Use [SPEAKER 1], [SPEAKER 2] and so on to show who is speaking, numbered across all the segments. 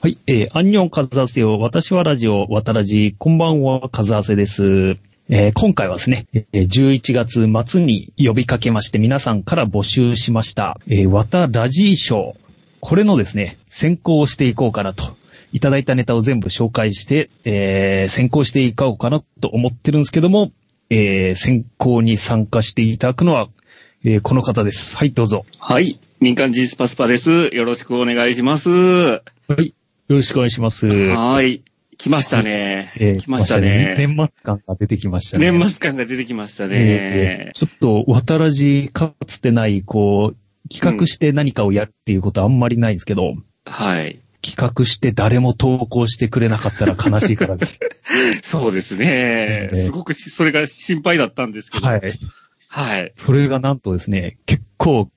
[SPEAKER 1] はい、えー、アンニョンカズアセよ。私はラジオ、わたらじ、こんばんは、カズアセです。えー今回はですね、えー11月末に呼びかけまして皆さんから募集しました、えー、わたらじ賞。これのですね、選考をしていこうかなと。いただいたネタを全部紹介して、えー、選考していこうかなと思ってるんですけども、えー、選考に参加していただくのは、えーこの方です。はい、どうぞ。
[SPEAKER 2] はい。民間人スパスパです。よろしくお願いします。は
[SPEAKER 1] はい。よろしくお願いします。
[SPEAKER 2] い。来ましたね。
[SPEAKER 1] えー
[SPEAKER 2] 来ましたね。
[SPEAKER 1] 年末感が出てきましたね。
[SPEAKER 2] 年末感が出てきました
[SPEAKER 1] え
[SPEAKER 2] ね
[SPEAKER 1] ー。ちょっと、渡らじかつてない、こう、企画して何かをやるっていうことはあんまりないんですけど、
[SPEAKER 2] はい。
[SPEAKER 1] 企画して誰も投稿してくれなかったら悲しいから です。
[SPEAKER 2] そうですね。
[SPEAKER 1] えー
[SPEAKER 2] すごくしそれが心配だったんですけど。。
[SPEAKER 1] はいい。
[SPEAKER 2] はい。
[SPEAKER 1] それがなんとですね、結構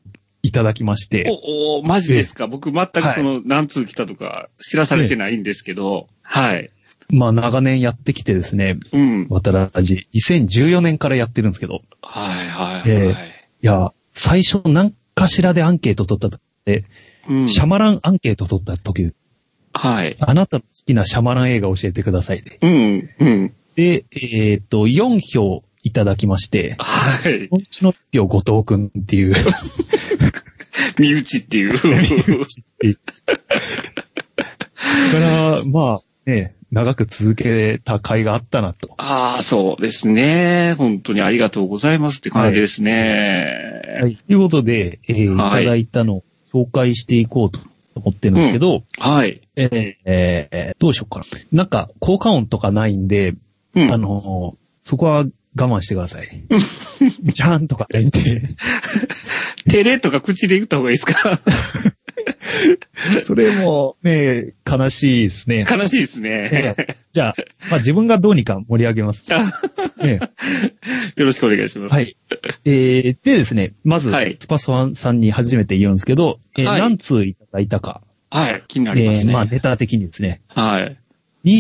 [SPEAKER 1] いただきまして、
[SPEAKER 2] お、お、マジですか僕全くその何通来たとか知らされてないんですけど。はい。
[SPEAKER 1] まあ長年やってきてですね、
[SPEAKER 2] うん。
[SPEAKER 1] 渡らじ、2014年からやってるんですけど、
[SPEAKER 2] はいはいはい。
[SPEAKER 1] えいや、最初何かしらでアンケート取った時で、
[SPEAKER 2] うん。
[SPEAKER 1] シャマランアンケート取った時、
[SPEAKER 2] はい。
[SPEAKER 1] あなたの好きなシャマラン映画教えてくださいで。
[SPEAKER 2] うん。うん。
[SPEAKER 1] で、えっ、と、4票いただきまして、
[SPEAKER 2] はい。
[SPEAKER 1] このうちの1票後藤くんっていう、
[SPEAKER 2] 身内っていう。
[SPEAKER 1] から、まあ、ね、長く続けた甲斐があったなと。
[SPEAKER 2] ああ、そうですね。本当にありがとうございますって感じですね。
[SPEAKER 1] はい。ということで、えー
[SPEAKER 2] はい
[SPEAKER 1] い、ただいたのを紹介していこうと思ってるんですけど、
[SPEAKER 2] はい。
[SPEAKER 1] えーえーどうしようかな。なんか、効果音とかないんで、
[SPEAKER 2] うん。
[SPEAKER 1] あのーそこは我慢してくださ い。じゃーんとか言って、
[SPEAKER 2] 照れとか口で言った方がいいです か
[SPEAKER 1] それもね、悲しいですね。
[SPEAKER 2] 悲しいですね。
[SPEAKER 1] ね じゃあ、まあ自分がどうにか盛り上げます。ね
[SPEAKER 2] よろしくお願いします。
[SPEAKER 1] は。い。えー、でですね、まず、
[SPEAKER 2] はい
[SPEAKER 1] スパソワンさんに初めて言うんですけど、えー
[SPEAKER 2] はい
[SPEAKER 1] 何通いただいたか、
[SPEAKER 2] はい。気になり
[SPEAKER 1] え
[SPEAKER 2] ます
[SPEAKER 1] ー
[SPEAKER 2] ね。
[SPEAKER 1] まあネタ的にですね、
[SPEAKER 2] はい。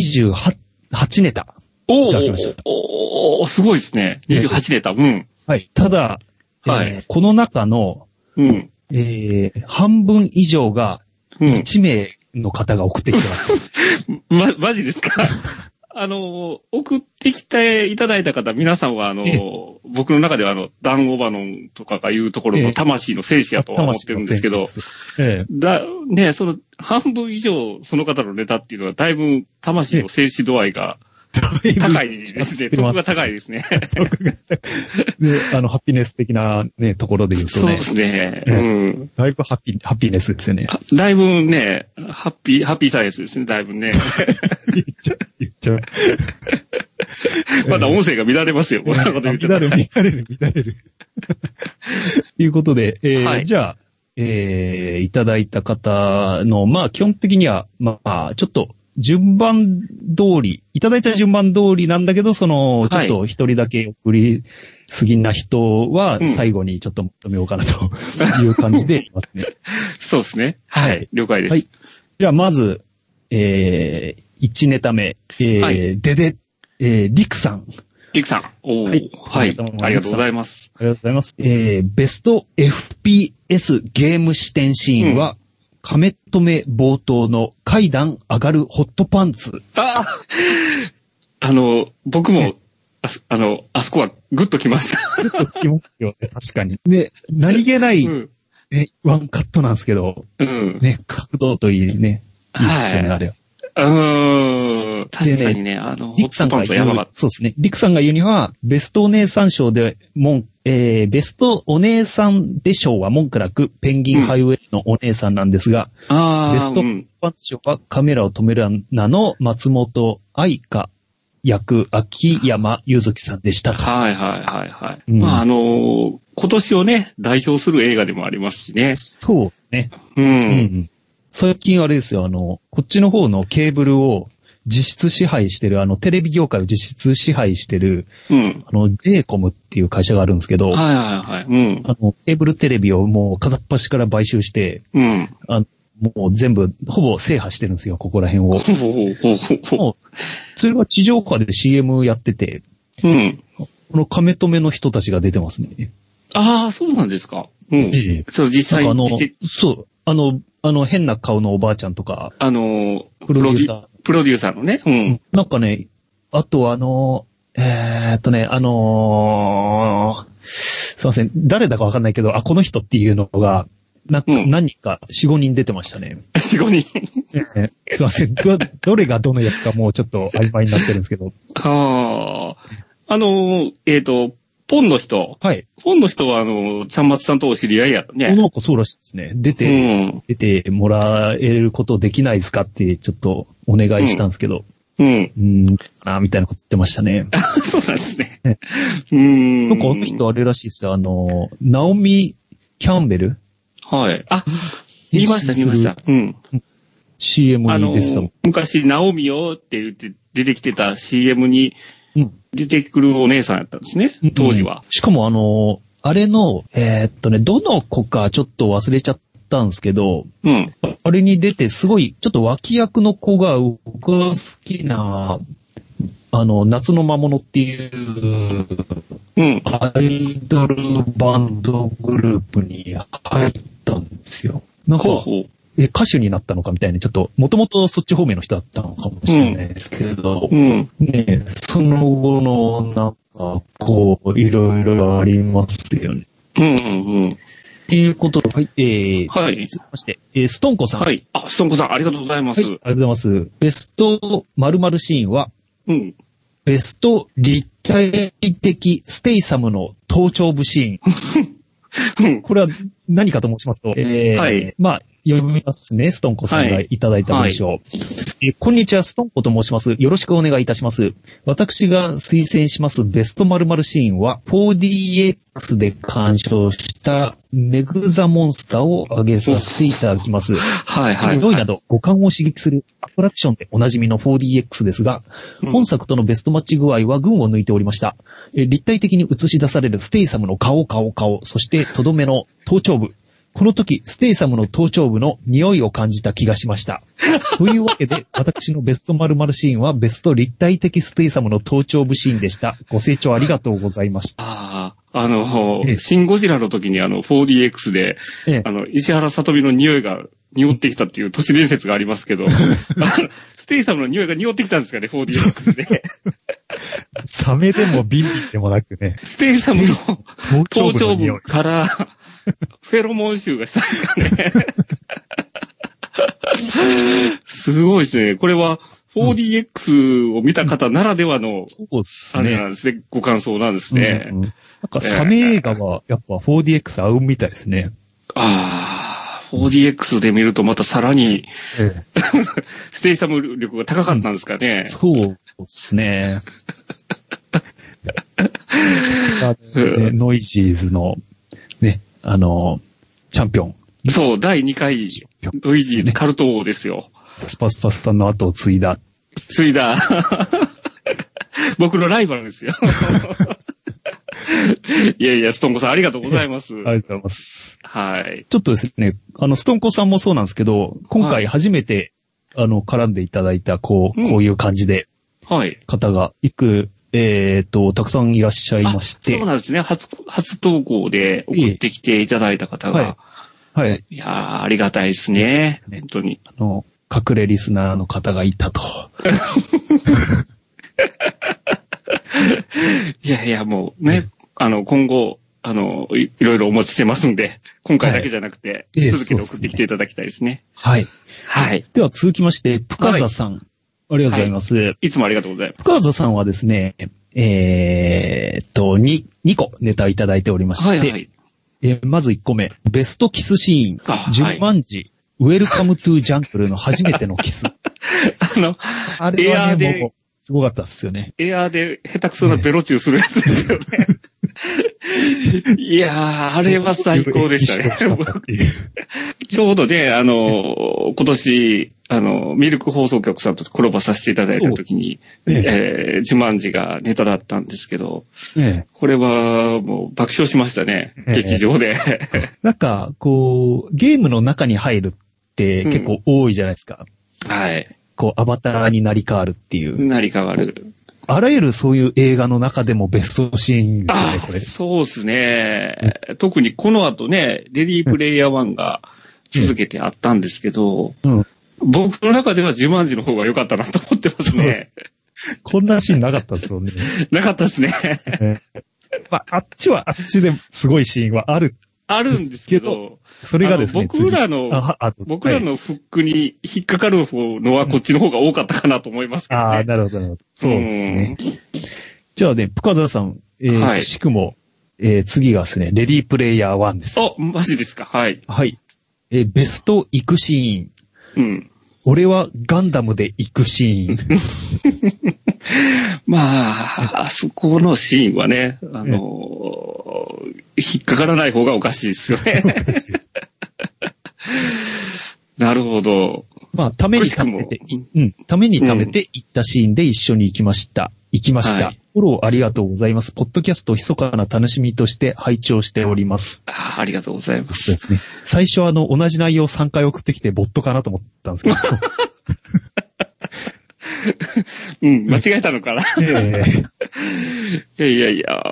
[SPEAKER 1] 28ネタ。
[SPEAKER 2] お
[SPEAKER 1] いただきまし
[SPEAKER 2] ー
[SPEAKER 1] た
[SPEAKER 2] おーおーすごいですね。28ネタ。うん。
[SPEAKER 1] はい。ただ、えー
[SPEAKER 2] はい
[SPEAKER 1] この中の、
[SPEAKER 2] うん。
[SPEAKER 1] えー半分以上が
[SPEAKER 2] うん。
[SPEAKER 1] 1名の方が送ってきてます。
[SPEAKER 2] ま、マジですか あの、送ってきていただいた方、皆さんは、あ
[SPEAKER 1] え
[SPEAKER 2] の、僕の中では、あの、ダンゴバノンとかが言うところ
[SPEAKER 1] え
[SPEAKER 2] の
[SPEAKER 1] え
[SPEAKER 2] 魂の戦士 やとは思ってるんですけど、
[SPEAKER 1] 魂の選手です。え
[SPEAKER 2] だ、ね、その、半分以上、その方のネタっていうのは、だいぶ、魂の戦士度合いが
[SPEAKER 1] ー
[SPEAKER 2] 高いですね。
[SPEAKER 1] 知ってます
[SPEAKER 2] 得が 高いですね。
[SPEAKER 1] であの、ハピネス的なね、ところで言うと
[SPEAKER 2] そう
[SPEAKER 1] ね
[SPEAKER 2] で、すね。
[SPEAKER 1] ええ
[SPEAKER 2] うん。
[SPEAKER 1] だいぶハッピー、ハッピーネスですよね。
[SPEAKER 2] あだいぶね、ハッピー、ハッピーサイエンスですね、だいぶね。
[SPEAKER 1] 言っちゃう、言っちゃう。
[SPEAKER 2] また音声が乱れますよ、こんなこと言ってたら
[SPEAKER 1] 乱れる、乱れる、乱れる。ということで、 えー
[SPEAKER 2] はい
[SPEAKER 1] じゃあ、えー、いただいた方の、まあ、基本的には、まあ、ちょっと、順番通り、いただいた順番通りなんだけど、その、ちょ
[SPEAKER 2] は
[SPEAKER 1] っ
[SPEAKER 2] い
[SPEAKER 1] と一人だけ送りすぎな人は
[SPEAKER 2] うん、
[SPEAKER 1] 最後にちょっとまとめようかなという感じでいますね。
[SPEAKER 2] そうですね。はい。了解で す。
[SPEAKER 1] はいじゃあ、まず、えー、1ネタ目、えー
[SPEAKER 2] はい
[SPEAKER 1] でで、えー、りくさん。
[SPEAKER 2] リクさん。おー
[SPEAKER 1] はい
[SPEAKER 2] はい。ありがとうございます。
[SPEAKER 1] ありがとうございます。えー、ベスト FPS ゲーム視点シーンは、亀止め冒頭の階段上がるホットパンツ。
[SPEAKER 2] あああの、僕も、ああの、あそこはグッときました。
[SPEAKER 1] ちょっと気持ちよね、 確かに。で、何気ない、
[SPEAKER 2] うん。
[SPEAKER 1] ね、ワンカットなんですけど、
[SPEAKER 2] うん。
[SPEAKER 1] ね、角度といいね。いいですよね、あれは。
[SPEAKER 2] うーん。確かにね、あの、ホ
[SPEAKER 1] リク
[SPEAKER 2] ッ
[SPEAKER 1] さ
[SPEAKER 2] ト
[SPEAKER 1] ん
[SPEAKER 2] パ
[SPEAKER 1] が
[SPEAKER 2] ンツは
[SPEAKER 1] 言
[SPEAKER 2] やばか
[SPEAKER 1] う
[SPEAKER 2] っ、
[SPEAKER 1] そうですね。リクさんが言うには、ベストお姉さん賞で、もん、えー、ベストお姉さんで賞は文句なく、ペンギンハイウェイのお姉さんなんですが、
[SPEAKER 2] た。ああ、
[SPEAKER 1] ベスト
[SPEAKER 2] うん。
[SPEAKER 1] 一般賞はカメラを止めるなの松本愛香役秋山ゆずきさんでしたと。
[SPEAKER 2] はいはいはいはい。
[SPEAKER 1] うん
[SPEAKER 2] まあ、あのー今年をね、代表する映画でもありますしね。
[SPEAKER 1] そうですね。
[SPEAKER 2] う。
[SPEAKER 1] うんん。最近あれですよ、あの、こっちの方のケーブルを実質支配してる、あの、テレビ業界を実質支配してる、
[SPEAKER 2] うん。
[SPEAKER 1] あの、j コムっていう会社があるんですけど、あ
[SPEAKER 2] はいはいはい。うん。
[SPEAKER 1] の、ケーブルテレビをもう片っ端から買収して、
[SPEAKER 2] うん。
[SPEAKER 1] あの、もう全部、ほぼ制覇してるんですよ、ここら辺を。
[SPEAKER 2] ほほほほほ。
[SPEAKER 1] もう、それは地上波で CM やってて、
[SPEAKER 2] うん。
[SPEAKER 1] この亀止めの人たちが出てますね。
[SPEAKER 2] ああ、そうなんですか。うん。
[SPEAKER 1] ええ
[SPEAKER 2] その実際
[SPEAKER 1] なんかあ
[SPEAKER 2] に
[SPEAKER 1] の
[SPEAKER 2] 来て、
[SPEAKER 1] そう、あの、あの、変な顔のおばあちゃんとか、
[SPEAKER 2] あの、
[SPEAKER 1] プロデューサー
[SPEAKER 2] プロデューサーのね。うん。
[SPEAKER 1] なんかね、あとはあの、えーっとね、あのーすいません、誰だかわかんないけど、あ、この人っていうのが、なんか
[SPEAKER 2] うん
[SPEAKER 1] 何人か、4、5人出てましたね。
[SPEAKER 2] 四五人。
[SPEAKER 1] えすいません、ど、どれがどのやつかもうちょっと曖昧になってるんですけど。
[SPEAKER 2] はあ。あの、えっ、と、ポンの人。
[SPEAKER 1] はい。
[SPEAKER 2] ポンの人は、あの、ちゃんまつさんとお知り合いやったね。
[SPEAKER 1] なんかそうらしいですね。出
[SPEAKER 2] う
[SPEAKER 1] て、
[SPEAKER 2] ん。
[SPEAKER 1] 出てもらえることできないですかって、ちょっとお願いしたんですけど、
[SPEAKER 2] うん。
[SPEAKER 1] うん、ん、なみたいなこと言ってましたね。
[SPEAKER 2] そうなんですね
[SPEAKER 1] ね。
[SPEAKER 2] うーん。
[SPEAKER 1] なんかあの人あれらしいですよ。あの、ナオミ・キャンベル
[SPEAKER 2] はい。あ、見ました、見ました。うん。
[SPEAKER 1] CM
[SPEAKER 2] あ
[SPEAKER 1] に
[SPEAKER 2] の
[SPEAKER 1] 出てたもん。、
[SPEAKER 2] 昔、ナオミをって言って出てきてた CM に
[SPEAKER 1] うん
[SPEAKER 2] 出てくるお姉さんやったんですね。当時は
[SPEAKER 1] うん。しかもあの、あれの、えーっとね、どの子かちょっと忘れちゃったんですけど、
[SPEAKER 2] うん。
[SPEAKER 1] あれに出てすごい、ちょっと脇役の子が、僕が好きな、あの、夏の魔物っていう、
[SPEAKER 2] うん。
[SPEAKER 1] アイドルバンドグループに入ったんですよ。なんか、
[SPEAKER 2] ほうほう。
[SPEAKER 1] え歌手になったのかみたいな、ちょっと、もともとそっち方面の人だったのかもしれないですけど、
[SPEAKER 2] うん。
[SPEAKER 1] ねえその後の、なんか、こう、いろいろありますよね。
[SPEAKER 2] うんうんうん。
[SPEAKER 1] っていうことで、はい、えー、
[SPEAKER 2] はい。
[SPEAKER 1] 続きまして、えー、ストンコさん。。
[SPEAKER 2] はいい。あ、ストンコさん、ありがとうございま
[SPEAKER 1] はい、あ
[SPEAKER 2] す。
[SPEAKER 1] りがとうございます。ベスト〇〇シーンは、
[SPEAKER 2] うん。
[SPEAKER 1] ベスト立体的ステイサムの頭頂部シーン。
[SPEAKER 2] うん。
[SPEAKER 1] これは何かと申しますと、えー、
[SPEAKER 2] はい
[SPEAKER 1] まあ、読みますね。ストンコさんがいただいた文章。えーこんにちは、ストンコと申します。よろしくお願いいたします。私が推薦しますベスト〇〇シーンは、4DX で鑑賞したメグザモンスターを挙げさせていただき ます。
[SPEAKER 2] はいはい。
[SPEAKER 1] 匂、いなど五感を刺激するアトラクションでおなじみの 4DX ですが、
[SPEAKER 2] うん
[SPEAKER 1] 本作とのベストマッチ具合は群を抜いておりました。え立体的に映し出されるステイサムの顔、顔、顔、そしてとどめの頭頂部。この時、ステイサムの頭頂部の匂いを感じた気がしま した。というわけで、私のベスト〇〇シーンはベスト立体的ステイサムの頭頂部シーンでした。ご清聴ありがとうございました。
[SPEAKER 2] ああ、あの
[SPEAKER 1] ええ、
[SPEAKER 2] シンゴジラの時にあの 4DX で、
[SPEAKER 1] ええ
[SPEAKER 2] あの、石原さとみの匂いが匂ってきたっていう都市伝説がありま すけど、あのステイサムの匂いが匂ってきたんですかね、4DX で。
[SPEAKER 1] サメでもビビでもなくね、
[SPEAKER 2] ステイサムの
[SPEAKER 1] 頭
[SPEAKER 2] 頭頂
[SPEAKER 1] の匂い
[SPEAKER 2] 部から、フェロモン臭がしたんですかね。すごいですね。これは 4DX を見た方ならではの、
[SPEAKER 1] そうです
[SPEAKER 2] あれ
[SPEAKER 1] ね
[SPEAKER 2] な。んですね、ご感想なんですね。
[SPEAKER 1] うんうんなんかサメ映画はやっぱ 4DX 合うみたいですね。
[SPEAKER 2] ああ、4DX で見るとまたさらに、ステイサム力が高かったんですかね。
[SPEAKER 1] そうですね。あ
[SPEAKER 2] うん
[SPEAKER 1] ねノイジーズの、ね、あの、チャンピオン、
[SPEAKER 2] そう、第2回、ノイジーズカルト王ですよ。
[SPEAKER 1] スパスパさんの後を継いだ。
[SPEAKER 2] ついだ。僕のライバル ですよ。いやいや、ストンコさんありがとうございます。
[SPEAKER 1] ありがとうございます。
[SPEAKER 2] はい。
[SPEAKER 1] ちょっとですね、あの、ストンコさんもそうなんですけど、今回初めて、あの、絡んでいただいた、こう、
[SPEAKER 2] うん
[SPEAKER 1] こういう感じで、
[SPEAKER 2] はい。
[SPEAKER 1] 方が、いく、えっ、と、たくさんいらっしゃいまして。
[SPEAKER 2] そうなんですね。初、初投稿で送ってきていただいた方が。
[SPEAKER 1] はいはい。
[SPEAKER 2] い、やーありがたいですね。
[SPEAKER 1] ね
[SPEAKER 2] 本当に。
[SPEAKER 1] あの、隠れリスナーの方がいたと。
[SPEAKER 2] いやいや、もうね、あの、今後、あの、いいろいろお持ちしてますんで、今回だけじゃなくて、
[SPEAKER 1] はいええ
[SPEAKER 2] 続けて
[SPEAKER 1] そ
[SPEAKER 2] 送
[SPEAKER 1] うですね
[SPEAKER 2] ってきていただきたいですね。
[SPEAKER 1] はい。
[SPEAKER 2] はい。
[SPEAKER 1] では続きまして、プカザさん。ありがとうございます。
[SPEAKER 2] いつもありがとうございま
[SPEAKER 1] プカザさんはですね、えーっと、2、2個ネタいただいておりまして、
[SPEAKER 2] す。はいはい。
[SPEAKER 1] えーまず1個目、ベストキスシー
[SPEAKER 2] あは
[SPEAKER 1] ン、
[SPEAKER 2] い
[SPEAKER 1] 十万字、ウェルカムトゥジャングルの初めてのキス。
[SPEAKER 2] あの、
[SPEAKER 1] あれ
[SPEAKER 2] エア
[SPEAKER 1] は
[SPEAKER 2] ー
[SPEAKER 1] ね、
[SPEAKER 2] で
[SPEAKER 1] もう、すごかったっすよね。
[SPEAKER 2] エアーで下手くそなベロチューするやつですよね。いやー、あれは最高でしたね。僕
[SPEAKER 1] っていう
[SPEAKER 2] ちょうどね、あの、今年、あの、ミルク放送局さんとコラボさせていただいた時に、
[SPEAKER 1] そう
[SPEAKER 2] えー、ジュマンジがネタだったんですけど、
[SPEAKER 1] ええ
[SPEAKER 2] これはもう爆笑しましたね。
[SPEAKER 1] ええ
[SPEAKER 2] 劇 場で。
[SPEAKER 1] なんか、こう、ゲームの中に入るって結構多いじゃないですか。
[SPEAKER 2] はい。
[SPEAKER 1] こう、アバターになり変わるっていう。
[SPEAKER 2] なり変わる。
[SPEAKER 1] あらゆるそういう映画の中でもベストシーンですよね
[SPEAKER 2] あ、
[SPEAKER 1] こ
[SPEAKER 2] あ、
[SPEAKER 1] れ。
[SPEAKER 2] そうですね。特にこの後ね、レディープレイヤー1が続けてあったんですけど、
[SPEAKER 1] うん
[SPEAKER 2] 僕の中ではジュマンジの方が良かったなと思ってますね。
[SPEAKER 1] こんなシーンなかったですよ ね。
[SPEAKER 2] なかったです ね。
[SPEAKER 1] ねまあ、あっちはあっちですごいシーンはある。
[SPEAKER 2] あるんですけど、
[SPEAKER 1] それがです
[SPEAKER 2] あ
[SPEAKER 1] ね、
[SPEAKER 2] の僕らの
[SPEAKER 1] 次あ、はあ
[SPEAKER 2] 僕ら
[SPEAKER 1] はい
[SPEAKER 2] のフックに引っかかる方のはこっちの方が多かったかなと思いますけど、ね。
[SPEAKER 1] ああ、なるほど、なるほど。そうですね。じゃあね、深澤さん、えー
[SPEAKER 2] はい
[SPEAKER 1] くしくも、えー次がですね、レディープレイヤー1です。
[SPEAKER 2] あ、マジですか。はい。
[SPEAKER 1] はい。えーベスト行くシーン。
[SPEAKER 2] うん。
[SPEAKER 1] 俺はガンダムで行くシー ン。
[SPEAKER 2] まあ、あそこのシーンはね、あのー引っかからない方がおかしいですよね。なるほど。
[SPEAKER 1] まあ、ために貯めて、うん、ために貯めて行ったシーンで一緒に行きました。行きました。
[SPEAKER 2] はい
[SPEAKER 1] フォローありがとうございます。ポッドキャストを密かな楽しみとして拝聴しております。
[SPEAKER 2] あありがとうございま
[SPEAKER 1] そう
[SPEAKER 2] す
[SPEAKER 1] で。すね。最初はあの、同じ内容3回送ってきて、ボットかなと思ったんですけど。
[SPEAKER 2] うん、間違えたのかな。
[SPEAKER 1] え
[SPEAKER 2] い やいやいや、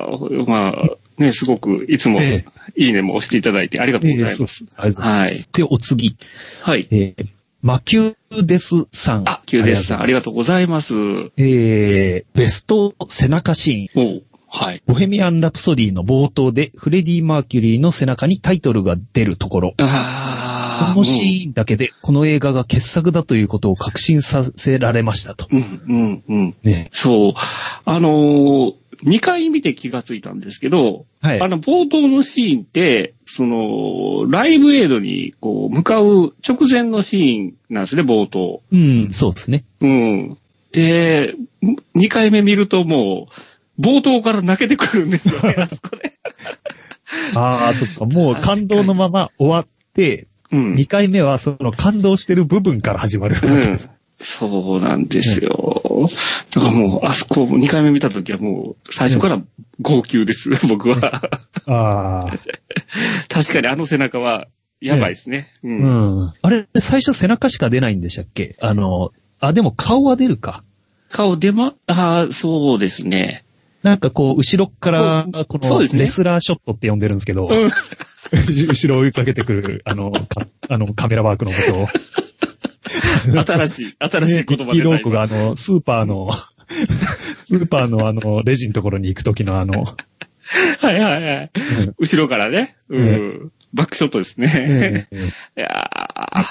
[SPEAKER 2] まあ、ね、すごく、いつも、
[SPEAKER 1] え
[SPEAKER 2] いいねも押していただいてありがとうございます。
[SPEAKER 1] す。ありがとうございます。で、お次。
[SPEAKER 2] はい。
[SPEAKER 1] えー、マキューデスさん。
[SPEAKER 2] あ、キューデスさん、ありがと
[SPEAKER 1] ざ
[SPEAKER 2] う
[SPEAKER 1] い
[SPEAKER 2] ございます。お
[SPEAKER 1] ます。えー、ベスト背中シーン。
[SPEAKER 2] うはい。
[SPEAKER 1] ボヘミアン・ラプソディの冒頭でフレディ・マーキュリーの背中にタイトルが出るところ。こ
[SPEAKER 2] ああ。
[SPEAKER 1] のシーンだけでこの映画が傑作だということを確信させられましたと。
[SPEAKER 2] うん、うん、うん。
[SPEAKER 1] ね。
[SPEAKER 2] そう。あのー、2回見て気がついたんですけど、
[SPEAKER 1] はい
[SPEAKER 2] あ。の、冒頭のシーンって、その、ライブエイドに、こう、向かう直前のシーンなんですね、冒頭。
[SPEAKER 1] うん、そうですね。
[SPEAKER 2] うん。で、2回目見るともう、冒頭から泣けてくるんですよね、 あそこで。
[SPEAKER 1] ああ、そっか。もう感動のまま終わって、
[SPEAKER 2] うん。
[SPEAKER 1] 2回目はその感動してる部分から始まる。
[SPEAKER 2] うん。そうなんですよ。だからもう、あそこ、2回目見たときはもう、最初から号泣です、僕は。
[SPEAKER 1] ああ。
[SPEAKER 2] 確かにあの背中は、やばいですね。う。
[SPEAKER 1] うんん。あれ、最初背中しか出ないんでしたっけあの、あ、でも顔は出るか。
[SPEAKER 2] 顔出ま、ああ、そうですね。
[SPEAKER 1] なんかこう、後ろから、こ
[SPEAKER 2] そ
[SPEAKER 1] の、
[SPEAKER 2] うですね
[SPEAKER 1] レスラーショットって呼んでるんですけど、
[SPEAKER 2] うん
[SPEAKER 1] 後ろ追いかけてくる、あの、か あのカメラワークのことを。
[SPEAKER 2] 新 しい、新しい言葉
[SPEAKER 1] ヒー
[SPEAKER 2] で
[SPEAKER 1] ローコがあの、スーパー の、スーパーのあの、レジのところに行くときのあの、
[SPEAKER 2] はいはいはい。後ろからね。うん。バックショットですね。 いやー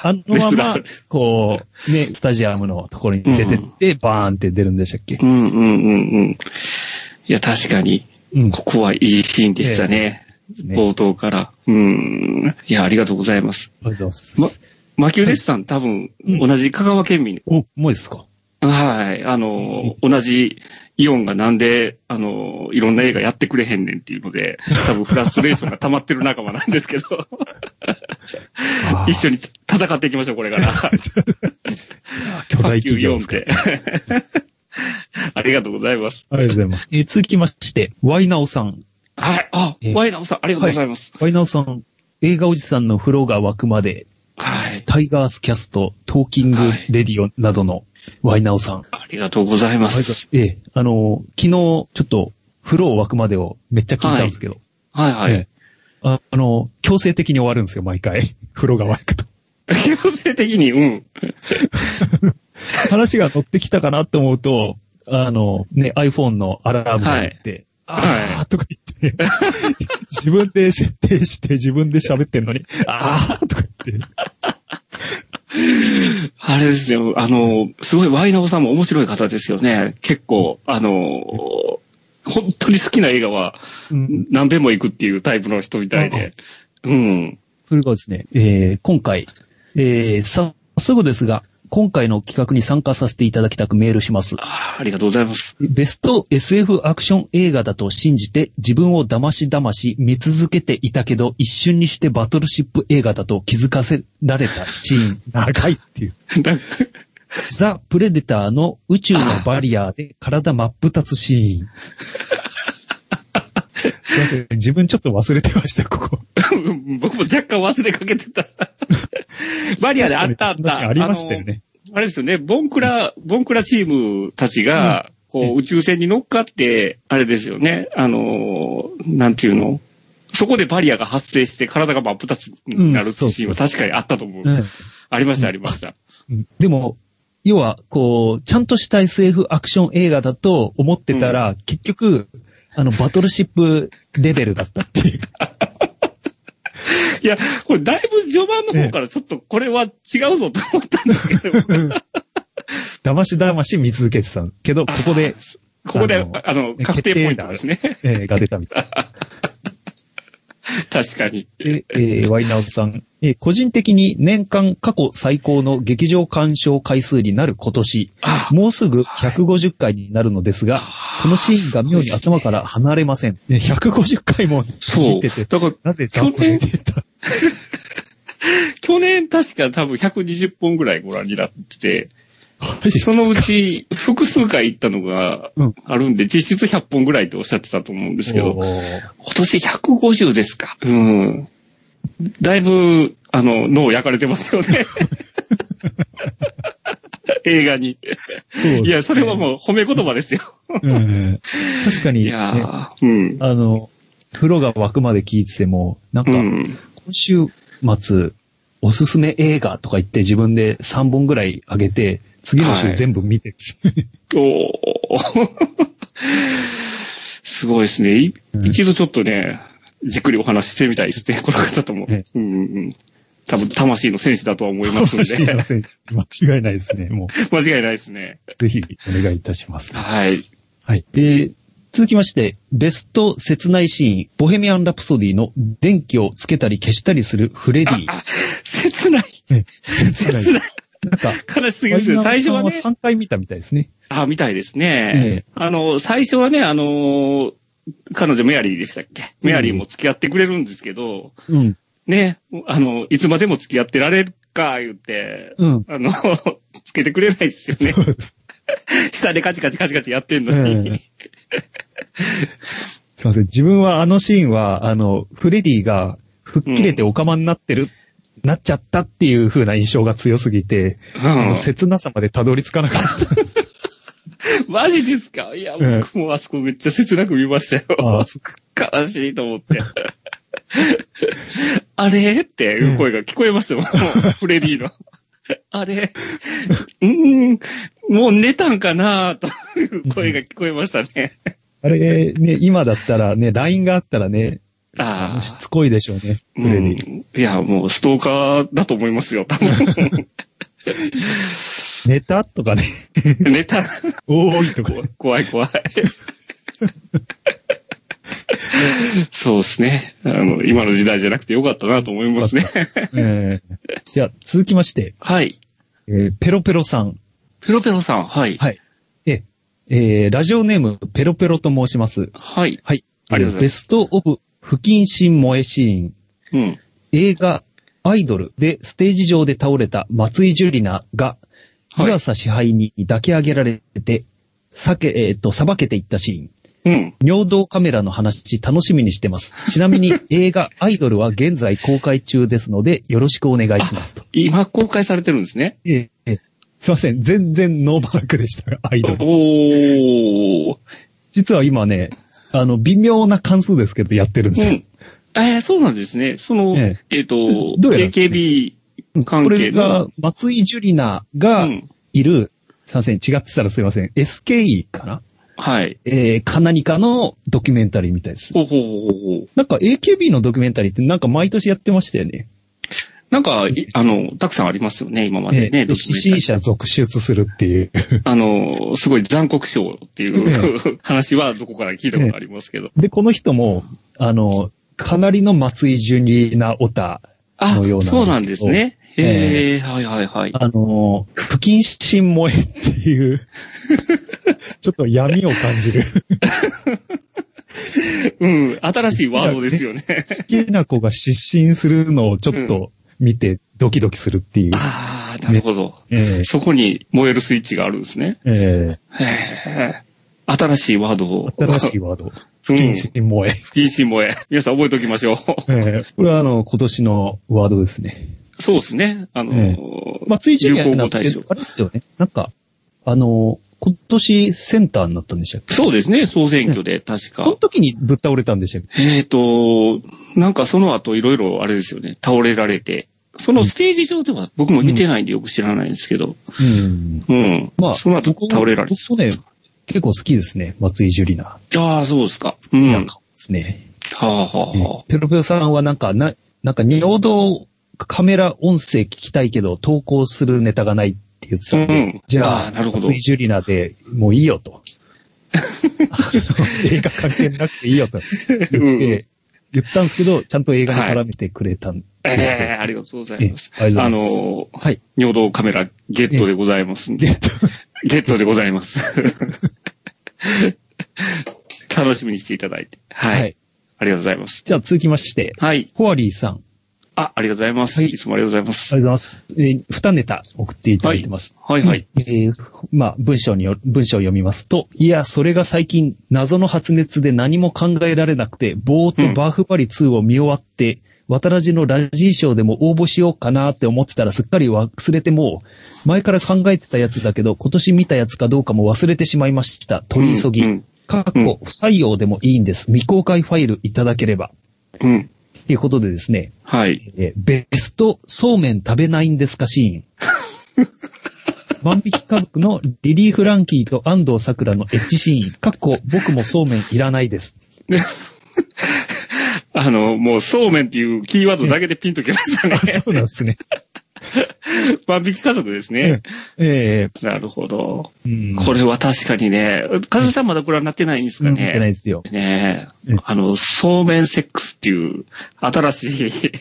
[SPEAKER 1] あの
[SPEAKER 2] レ
[SPEAKER 1] ま
[SPEAKER 2] ス
[SPEAKER 1] ま
[SPEAKER 2] ラー、
[SPEAKER 1] こう、ね、スタジアムのところに出てって、バーンって出るんでしたっけ
[SPEAKER 2] うんうんうんうん。いや、確かに、
[SPEAKER 1] うん
[SPEAKER 2] ここはいいシーンでしたね。
[SPEAKER 1] ね
[SPEAKER 2] 冒頭から。うん。いや、ありがとうございます。
[SPEAKER 1] ありがとうございます
[SPEAKER 2] ま、マキュレスさん、多分、
[SPEAKER 1] うん
[SPEAKER 2] 同じ香川県民。
[SPEAKER 1] お、もうですか
[SPEAKER 2] はい。あの、同じイオンがなんで、あの、いろんな映画やってくれへんねんっていうので、多分フラストレーションが溜まってる仲間なんですけど、一緒に戦っていきましょう、これから。
[SPEAKER 1] 巨大
[SPEAKER 2] 卓
[SPEAKER 1] 企
[SPEAKER 2] 球イオ
[SPEAKER 1] 業
[SPEAKER 2] ン
[SPEAKER 1] ですか
[SPEAKER 2] で。ありがとうございます。
[SPEAKER 1] ありがとうございます。えー続きまして、ワイナオさん。
[SPEAKER 2] はい。あ
[SPEAKER 1] え、
[SPEAKER 2] ワイナオさん、ありがとうございます。
[SPEAKER 1] ワイナオさん、映画おじさんの風呂が湧くまで、
[SPEAKER 2] はい。
[SPEAKER 1] タイガースキャスト、トーキング
[SPEAKER 2] はい
[SPEAKER 1] レディオなどのワイナオさん。
[SPEAKER 2] ありがとうございます。
[SPEAKER 1] ええ、あの、昨日、ちょっと、風呂を湧くまでをめっちゃ聞いたんですけど、
[SPEAKER 2] はいは
[SPEAKER 1] え
[SPEAKER 2] い
[SPEAKER 1] え。ああの、強制的に終わるんですよ、毎回。 風呂が湧くと。
[SPEAKER 2] 強制的に、うん。
[SPEAKER 1] 話が乗ってきたかなと思うと、あの、ね、iPhone のアラームが鳴って、
[SPEAKER 2] はい
[SPEAKER 1] あーとか言って、 自分で設定して自分で喋ってんのに、あーとか言って、
[SPEAKER 2] あれですよ、あの、すごいワイナオさんも面白い方ですよね。結構、あの、本当に好きな映画は
[SPEAKER 1] うん
[SPEAKER 2] 何遍も行くっていうタイプの人みたいで。うん。
[SPEAKER 1] それがですね、えー今回、えー早速ですが、今回の企画に参加させていただきたくメールします。
[SPEAKER 2] あーありがとうございます。
[SPEAKER 1] ベスト SF アクション映画だと信じて自分を騙し騙し見続けていたけど一瞬にしてバトルシップ映画だと気づかせられたシーン。 長いっていう。
[SPEAKER 2] なんか
[SPEAKER 1] ザ・プレデターの宇宙のバリアーで体真っ二つシーン。 すいません自分ちょっと忘れてました、ここ。
[SPEAKER 2] うん僕も若干忘れかけ てた。バリアであったあっ
[SPEAKER 1] 確かに
[SPEAKER 2] た。
[SPEAKER 1] ありましたよね。
[SPEAKER 2] あれですよね、ボンクラ、ボンクラチームたちが、こう、宇宙船に乗っかって、あれですよね、あのー、なんていうのそこでバリアが発生して体が真っ二つになるっていうシ
[SPEAKER 1] う
[SPEAKER 2] ーン
[SPEAKER 1] ん
[SPEAKER 2] は確かにあったと思う。
[SPEAKER 1] うん
[SPEAKER 2] ありました、ありました。
[SPEAKER 1] うんでも、要は、こう、ちゃんとした SF アクション映画だと思ってたら、結局、あの、バトルシップレベルだったっていう。
[SPEAKER 2] いや、これだいぶ序盤の方からちょっとこれは違うぞと思ったんですけど、
[SPEAKER 1] 騙し騙し見続けてたけど、ここ で、
[SPEAKER 2] ここで、
[SPEAKER 1] あの
[SPEAKER 2] あの、確定ポイントですね。
[SPEAKER 1] えーが出たみたい
[SPEAKER 2] 確かに。
[SPEAKER 1] で、えーワイナウさん、えー個人的に年間過去最高の劇場鑑賞回数になる今年、
[SPEAKER 2] あ
[SPEAKER 1] もうすぐ150回になるのですが、このシーンが妙に頭から離れません。えー150回も
[SPEAKER 2] そ
[SPEAKER 1] 見
[SPEAKER 2] う。
[SPEAKER 1] てて、
[SPEAKER 2] だから、
[SPEAKER 1] なぜ雑魚に出た
[SPEAKER 2] 去年確か多分120本ぐらいご覧になってて、
[SPEAKER 1] マジ
[SPEAKER 2] そのうち複数回行ったのが
[SPEAKER 1] うん
[SPEAKER 2] あるんで、実質100本ぐらいとおっしゃってたと思うんですけど、
[SPEAKER 1] おー
[SPEAKER 2] 今年150ですか。うん。だいぶ、あの、脳焼かれてますよ ね。映画に。いや、それはもう褒め言葉ですよ。
[SPEAKER 1] うん。確かに、
[SPEAKER 2] い
[SPEAKER 1] ね、あ
[SPEAKER 2] やーうん。
[SPEAKER 1] の、風呂が湧くまで聞いてても、なんか、
[SPEAKER 2] うん。
[SPEAKER 1] 今週末、おすすめ映画とか言って自分で3本ぐらい上げて、次の
[SPEAKER 2] は
[SPEAKER 1] 週
[SPEAKER 2] い
[SPEAKER 1] 全部見てる、
[SPEAKER 2] おー すごいですね。い
[SPEAKER 1] うん
[SPEAKER 2] 一度ちょっとね、じっくりお話ししてみたいですね、この方とも。
[SPEAKER 1] え
[SPEAKER 2] うんうんうん。多分、魂の戦士だとは思 いますん
[SPEAKER 1] 魂
[SPEAKER 2] で
[SPEAKER 1] の。選手間違いないですね。も
[SPEAKER 2] 間違いないですね。
[SPEAKER 1] う、ぜひお願いいたします。
[SPEAKER 2] はい。
[SPEAKER 1] はい。えー続きまして、ベスト切ないシーン、ボヘミアン・ラプソディの電気をつけたり消したりするフレディ。
[SPEAKER 2] 切ない。
[SPEAKER 1] ね切ない
[SPEAKER 2] 切ない。
[SPEAKER 1] なんか、
[SPEAKER 2] 悲しすぎるけど最初はね。
[SPEAKER 1] 3回見たみたいですね。
[SPEAKER 2] あ、みたいですね。あの、最初はね、あのー彼女メアリーでしたっけメアリーも付き合ってくれるんですけど、
[SPEAKER 1] うん。
[SPEAKER 2] ね、あの、いつまでも付き合ってられるか、言って、
[SPEAKER 1] うん。
[SPEAKER 2] あの、 つけてくれないですよね。下でカチカチカチカチやってんのに。
[SPEAKER 1] えすいません。自分はあのシーンは、あの、フレディが吹っ切れてオカマになってる、なっちゃったっていう風な印象が強すぎて、あの切なさまでたどり着かなかっ
[SPEAKER 2] うん、マジですかいや、
[SPEAKER 1] ええ
[SPEAKER 2] 僕もあそこめっちゃ切なく見ました
[SPEAKER 1] あ
[SPEAKER 2] よ
[SPEAKER 1] あ。
[SPEAKER 2] 悲しいと思って。 あれっていう声が聞こえました もん、フレディの。あれうーん、もう寝たんかなという声が聞こえましたね。
[SPEAKER 1] た。あれね、今だったらね、LINE があったらね、
[SPEAKER 2] ああ。
[SPEAKER 1] しつこいでしょうね、フレディ。
[SPEAKER 2] うんいや、もうストーカーだと思いますよ、多 分。
[SPEAKER 1] ネタとかね、
[SPEAKER 2] 寝た。
[SPEAKER 1] 多いとか
[SPEAKER 2] こ。怖い 怖い。そうですね。あの、今の時代じゃなくてよかったなと思いますね。
[SPEAKER 1] ええじゃあ、続きまして、
[SPEAKER 2] はい。
[SPEAKER 1] えーペロペロさん。
[SPEAKER 2] ペロペロさん、はい。
[SPEAKER 1] はい。え、えーラジオネーム、ペロペロと申します。
[SPEAKER 2] はい。
[SPEAKER 1] はい。
[SPEAKER 2] ありがとうございます
[SPEAKER 1] ベストオブ不謹慎萌えシーン。
[SPEAKER 2] うん。
[SPEAKER 1] 映画、アイドルでステージ上で倒れた松井樹里奈が、
[SPEAKER 2] はい
[SPEAKER 1] 湯浅支配人に抱き上げられて、さけ、えっ、と、裁けていったシーン。
[SPEAKER 2] うん。
[SPEAKER 1] 尿道カメラの話楽しみにしてます。ちなみ に映画、アイドルは現在公開中ですので、よろしくお願いしますと。
[SPEAKER 2] 今公開されてるんですね。
[SPEAKER 1] ええすいません。全然ノーマークでしたが、アイドル。
[SPEAKER 2] おー。
[SPEAKER 1] 実は今ね、あの、微妙な関数ですけど、やってるん
[SPEAKER 2] う
[SPEAKER 1] ですよ。
[SPEAKER 2] ん。えー、そうなんですね。その、え
[SPEAKER 1] え
[SPEAKER 2] っ、と、
[SPEAKER 1] どうやらですね
[SPEAKER 2] AKB 関
[SPEAKER 1] これ
[SPEAKER 2] 係の。
[SPEAKER 1] が、松井樹里奈が
[SPEAKER 2] うん。
[SPEAKER 1] いる、すいません、違ってたらすいません。SKE かな
[SPEAKER 2] はい。
[SPEAKER 1] えー、か何かのドキュメンタリーみたいです。
[SPEAKER 2] ほうほうほうほう。
[SPEAKER 1] なんか AKB のドキュメンタリーってなんか毎年やってましたよね。
[SPEAKER 2] なんか、いあの、たくさんありますよね、今ま
[SPEAKER 1] え
[SPEAKER 2] で
[SPEAKER 1] ー
[SPEAKER 2] ね。
[SPEAKER 1] で
[SPEAKER 2] ドキ
[SPEAKER 1] 死
[SPEAKER 2] ュメンタ
[SPEAKER 1] 死者
[SPEAKER 2] リー
[SPEAKER 1] 続出するっていう。
[SPEAKER 2] あの、すごい残酷賞っていう話はどこから聞いたことありますけど。
[SPEAKER 1] で、この人も、あの、かなりの松井ジュニなオタ、
[SPEAKER 2] あ
[SPEAKER 1] のようなんですけど
[SPEAKER 2] そうなんですね。へえ、はいはいはい。
[SPEAKER 1] あの、不謹慎萌えって いう、ちょっと闇を感じる。
[SPEAKER 2] うん、新しいワードですよね。
[SPEAKER 1] 好きな子が失神するのをちょっと見てドキドキするっていう。
[SPEAKER 2] ああ、なるほど。
[SPEAKER 1] ええ
[SPEAKER 2] そこに燃えるスイッチがあるんですね。
[SPEAKER 1] え
[SPEAKER 2] へえ。新しいワードを。
[SPEAKER 1] ー、新しいワード。
[SPEAKER 2] う
[SPEAKER 1] 不謹
[SPEAKER 2] ん。
[SPEAKER 1] 慎萌え。
[SPEAKER 2] PC 萌え。皆さん覚えておきましょう。
[SPEAKER 1] えーこれはあの、今年のワードですね。
[SPEAKER 2] そうですね。あの
[SPEAKER 1] ええ、松井ジュニアにな
[SPEAKER 2] 語
[SPEAKER 1] って、あ
[SPEAKER 2] 大
[SPEAKER 1] れ
[SPEAKER 2] 賞。
[SPEAKER 1] ですよね。なんか、あの、今年センターになったんでしたっけ
[SPEAKER 2] そうですね、総選挙で、確
[SPEAKER 1] その
[SPEAKER 2] か。
[SPEAKER 1] 時にぶっ倒れたんでしたっけ
[SPEAKER 2] えっ、と、なんかその後いろいろあれですよね、倒れられて。そのステージ上では僕も見てないんでよく知らないんですけど。
[SPEAKER 1] うん。
[SPEAKER 2] うん。
[SPEAKER 1] まあ、
[SPEAKER 2] その後
[SPEAKER 1] 僕も
[SPEAKER 2] 倒れられて。
[SPEAKER 1] 僕もね、結構好きですね。松井樹里奈。
[SPEAKER 2] ああ、そうですか。うん。は
[SPEAKER 1] ですね。
[SPEAKER 2] あ、はあはあ、
[SPEAKER 1] ペロペロさんはなんか、な、なんか、尿道カメラ音声聞きたいけど、投稿するネタがないって言ってたんで、
[SPEAKER 2] うん
[SPEAKER 1] じゃあ、
[SPEAKER 2] あーなるほど
[SPEAKER 1] 松井ジュリナでもういいよと。映画関係なくていいよと言って、
[SPEAKER 2] うん
[SPEAKER 1] 言ったんですけど、ちゃんと映画に絡めてくれたん
[SPEAKER 2] え
[SPEAKER 1] ですよ
[SPEAKER 2] えありがとうございます。
[SPEAKER 1] ええありがと
[SPEAKER 2] あの
[SPEAKER 1] うございます
[SPEAKER 2] ー、
[SPEAKER 1] はい。
[SPEAKER 2] 尿道カメラゲットでございますんで。
[SPEAKER 1] えっと
[SPEAKER 2] ゲットでございます。 楽しみにしていただいて。はい。
[SPEAKER 1] はい
[SPEAKER 2] ありがとうございます。
[SPEAKER 1] じゃあ続きまして、
[SPEAKER 2] はい。
[SPEAKER 1] ホアリーさん。あ
[SPEAKER 2] あ、ありがとうございます。
[SPEAKER 1] はい
[SPEAKER 2] い、つもありがとうございます。
[SPEAKER 1] りがとうございます。えー二ネタ送っていただいてます。
[SPEAKER 2] はいはい。
[SPEAKER 1] えーまあ、文章によ、文章を読みますと、いや、それが最近、謎の発熱で何も考えられなくて、ぼーっとバーフバリ2を見終わって、渡らじのラジーショーでも応募しようかなって思ってたらすっかり忘れてもう、前から考えてたやつだけど、今年見たやつかどうかも忘れてしまいました。取り急ぎ。
[SPEAKER 2] うんうん
[SPEAKER 1] かっこ、不採用でもいいんです。未公開ファイルいただければ。
[SPEAKER 2] うん。
[SPEAKER 1] ということでですね、
[SPEAKER 2] はい。
[SPEAKER 1] えーベストそうめん食べないんですかシーン。万引き家族のリリー・フランキーと安藤桜のエッチシーン。かっこ、僕もそうめんいらないです。
[SPEAKER 2] あの、もう、そうめんっていうキーワードだけでピンときましたね。
[SPEAKER 1] そうなんですね。
[SPEAKER 2] 万引き家族ですね。
[SPEAKER 1] え
[SPEAKER 2] なるほど。
[SPEAKER 1] えうん
[SPEAKER 2] これは確かにね、風さんまだこれはなってないんですか
[SPEAKER 1] うん見てない
[SPEAKER 2] ね。
[SPEAKER 1] ですよ。
[SPEAKER 2] ねえ
[SPEAKER 1] うん、
[SPEAKER 2] あの、そうめんセックスっていう、新しい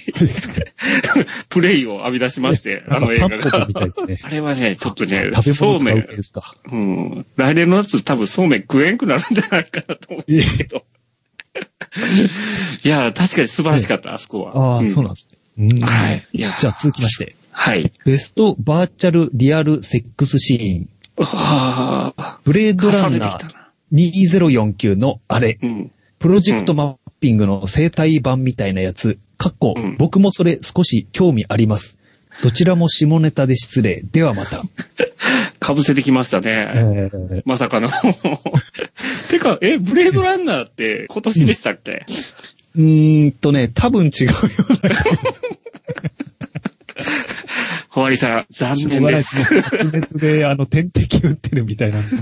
[SPEAKER 2] プレイを浴び出しまして、あの映画
[SPEAKER 1] なんかタンポポ
[SPEAKER 2] が
[SPEAKER 1] み。たいですね
[SPEAKER 2] 。あれはね、ちょっとね、
[SPEAKER 1] 食べ
[SPEAKER 2] そ
[SPEAKER 1] 物
[SPEAKER 2] う
[SPEAKER 1] 使
[SPEAKER 2] め、
[SPEAKER 1] うん系ですか。
[SPEAKER 2] うん。来年の夏多分そうめん食えんくなるんじゃないかなと思うけど。いや、確かに素晴らしかった、あそこは。
[SPEAKER 1] ああ、そうなん
[SPEAKER 2] ん
[SPEAKER 1] ですね。うん
[SPEAKER 2] はい。いや、
[SPEAKER 1] じゃあ続きまして。
[SPEAKER 2] はい。
[SPEAKER 1] ベストバーチャルリアルセックスシーン。
[SPEAKER 2] ああ、
[SPEAKER 1] ブレードラ
[SPEAKER 2] 重
[SPEAKER 1] ン
[SPEAKER 2] ねて
[SPEAKER 1] ナ
[SPEAKER 2] きた
[SPEAKER 1] ー
[SPEAKER 2] な。
[SPEAKER 1] 2049のあれ。
[SPEAKER 2] うん。
[SPEAKER 1] プロジェクトマッピングの生態版みたいなやつ、かっこ
[SPEAKER 2] うん、
[SPEAKER 1] 僕もそれ少し興味あります。どちらも下ネタで失礼。ではまた。
[SPEAKER 2] かぶせてきましたね。
[SPEAKER 1] えー
[SPEAKER 2] まさかの。 てか、え、ブレードランナーって今年でしたっけ、
[SPEAKER 1] うーんとね、多分違うような
[SPEAKER 2] ホワリさん、残
[SPEAKER 1] 気
[SPEAKER 2] 念
[SPEAKER 1] が
[SPEAKER 2] です。
[SPEAKER 1] 発熱で、あの、点滴打ってるみたいなんで。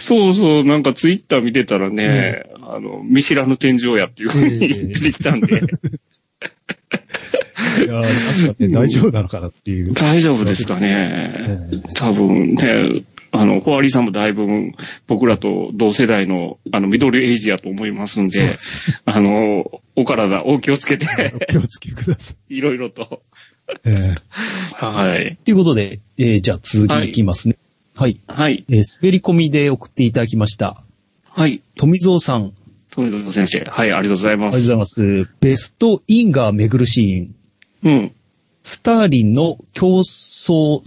[SPEAKER 2] そうそう、なんかツイッター見てたらね、あの、見知らぬ天井やっていうふうに言ってきたんで、
[SPEAKER 1] いやーなんかね、大丈夫なのかなっていう。
[SPEAKER 2] 大丈夫ですかね。
[SPEAKER 1] えー
[SPEAKER 2] 多分ね、あの、ホワリさんもだいぶ僕らと同世代の、あの、ミドルエイジやと思いますん
[SPEAKER 1] そう
[SPEAKER 2] で、あの、お体、お気を つけて、
[SPEAKER 1] お 気をつけください。
[SPEAKER 2] いろいろと。
[SPEAKER 1] えー
[SPEAKER 2] はい。
[SPEAKER 1] ということで、えーじゃあ続きいきますね。はい。
[SPEAKER 2] はい。
[SPEAKER 1] えー滑り込みで送っていただきました。
[SPEAKER 2] はい。
[SPEAKER 1] 富蔵さん、
[SPEAKER 2] 富野先生、はい、ありがとうござい
[SPEAKER 1] ありがとう
[SPEAKER 2] ま
[SPEAKER 1] ご
[SPEAKER 2] す。
[SPEAKER 1] ざいます。ベストインガー巡るシーン。
[SPEAKER 2] うん。
[SPEAKER 1] スターリンの競争、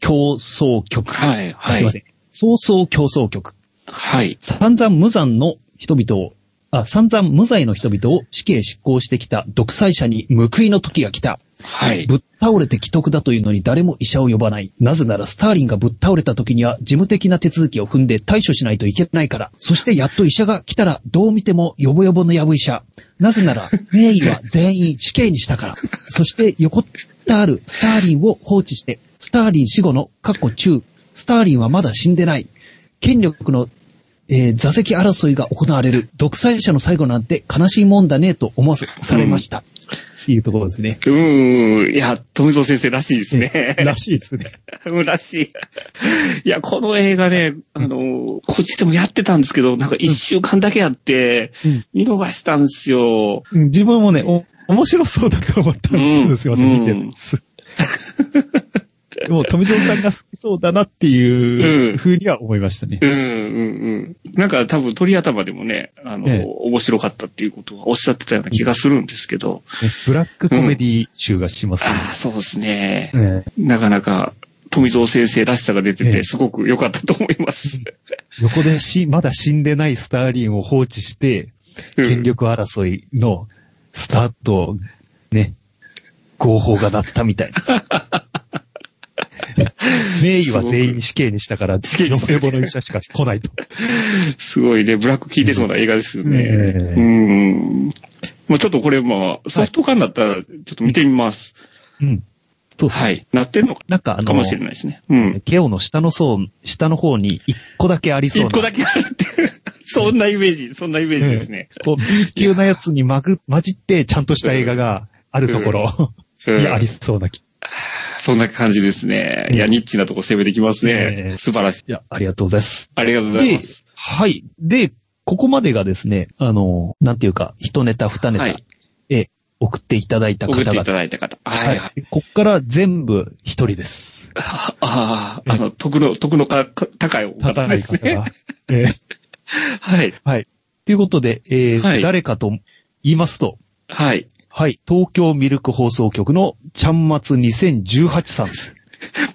[SPEAKER 1] 競争曲。
[SPEAKER 2] はい、はい。
[SPEAKER 1] すいません。早々競争曲。
[SPEAKER 2] はい。
[SPEAKER 1] 散々無残の人々を、あ、散々無罪の人々を死刑執行してきた独裁者に報いの時が来た。
[SPEAKER 2] はい。
[SPEAKER 1] ぶっ倒れて既得だというのに誰も医者を呼ばない。なぜならスターリンがぶっ倒れた時には事務的な手続きを踏んで対処しないといけないから。そしてやっと医者が来たらどう見てもヨボヨボのヤブ医者。なぜな ら名医は全員死刑にしたから。そして横たわるスターリンを放置して、スターリン死後の過去中、スターリンはまだ死んでない。権力のえー座席争いが行われる。独裁者の最後なんて悲しいもんだねと思わせされました。っていうところですね。
[SPEAKER 2] うーん。いや、富蔵先生 らしいですね。
[SPEAKER 1] らしいですね。
[SPEAKER 2] うんらしい。いや、この映画ね、あの、こっちでもやってたんですけど、なんか一週間だけやって
[SPEAKER 1] うん、
[SPEAKER 2] 見逃したんですよ。
[SPEAKER 1] うん自分もね、お、面白そうだと思ったんですけ
[SPEAKER 2] う
[SPEAKER 1] ど、
[SPEAKER 2] ん
[SPEAKER 1] すいません、見てないです。でも、富蔵さんが好きそうだなっていううん風には思いましたね。
[SPEAKER 2] うん、うん、うん。なんか多分鳥頭でもね、あの、
[SPEAKER 1] ええ
[SPEAKER 2] 面白かったっていうことはおっしゃってたような気がするんですけど、
[SPEAKER 1] ねブラックコメディ集がします
[SPEAKER 2] ああ、そうですね。
[SPEAKER 1] ね。ね
[SPEAKER 2] なかなか富蔵先生らしさが出て
[SPEAKER 1] ええ
[SPEAKER 2] て、すごく良かったと思います。
[SPEAKER 1] 横でし、まだ死んでないスターリンを放置して、
[SPEAKER 2] うん
[SPEAKER 1] 権力争いのスター トをね、合法が鳴ったみたいな。名医は全員死刑にしたから、
[SPEAKER 2] 死刑に
[SPEAKER 1] の
[SPEAKER 2] した
[SPEAKER 1] ぼの医者しか来ないと。
[SPEAKER 2] すごいね、ブラック効いてそうな映画ですよね。
[SPEAKER 1] ええ
[SPEAKER 2] うん。まあちょっとこれ、まあ、ソフト化になったら、ちょっと見てみます。
[SPEAKER 1] うん。そうですね
[SPEAKER 2] はい。なってんのか
[SPEAKER 1] なんかあ
[SPEAKER 2] か
[SPEAKER 1] の
[SPEAKER 2] も、しれないですね。うん。
[SPEAKER 1] ゲオの下の層、下の方に一個だけありそう
[SPEAKER 2] 一
[SPEAKER 1] な。
[SPEAKER 2] 個だけあるっていう、 そんなイメージ、そんなイメージですね。
[SPEAKER 1] こう、B 級なやつにまぐ、混じって、ちゃんとした映画があるところ、
[SPEAKER 2] うん
[SPEAKER 1] いやありそうな気。い
[SPEAKER 2] そんな感じですね。いや、
[SPEAKER 1] うん
[SPEAKER 2] ニッチなとこ攻めてきます
[SPEAKER 1] え
[SPEAKER 2] ね。
[SPEAKER 1] え
[SPEAKER 2] 素晴らしい。
[SPEAKER 1] や、ありがとうございます。
[SPEAKER 2] ありがとうござい
[SPEAKER 1] で
[SPEAKER 2] ます。、
[SPEAKER 1] はい。で、ここまでがですね、あの、なんていうか、一ネタ、二ネタ、
[SPEAKER 2] はい
[SPEAKER 1] え、送っていただいた
[SPEAKER 2] 送って
[SPEAKER 1] 方
[SPEAKER 2] いた
[SPEAKER 1] 々。
[SPEAKER 2] だいた方。はい。はい、
[SPEAKER 1] い。こっから全部一人です。
[SPEAKER 2] ああ、あの、徳の、徳のかか高いお方
[SPEAKER 1] 高
[SPEAKER 2] で
[SPEAKER 1] い
[SPEAKER 2] す
[SPEAKER 1] 方
[SPEAKER 2] ね
[SPEAKER 1] が。。え
[SPEAKER 2] はい。
[SPEAKER 1] はい。ということで、えー
[SPEAKER 2] はい
[SPEAKER 1] 誰かと言いますと、
[SPEAKER 2] はい。
[SPEAKER 1] はい。東京ミルク放送局のちゃんまつ2018さんです。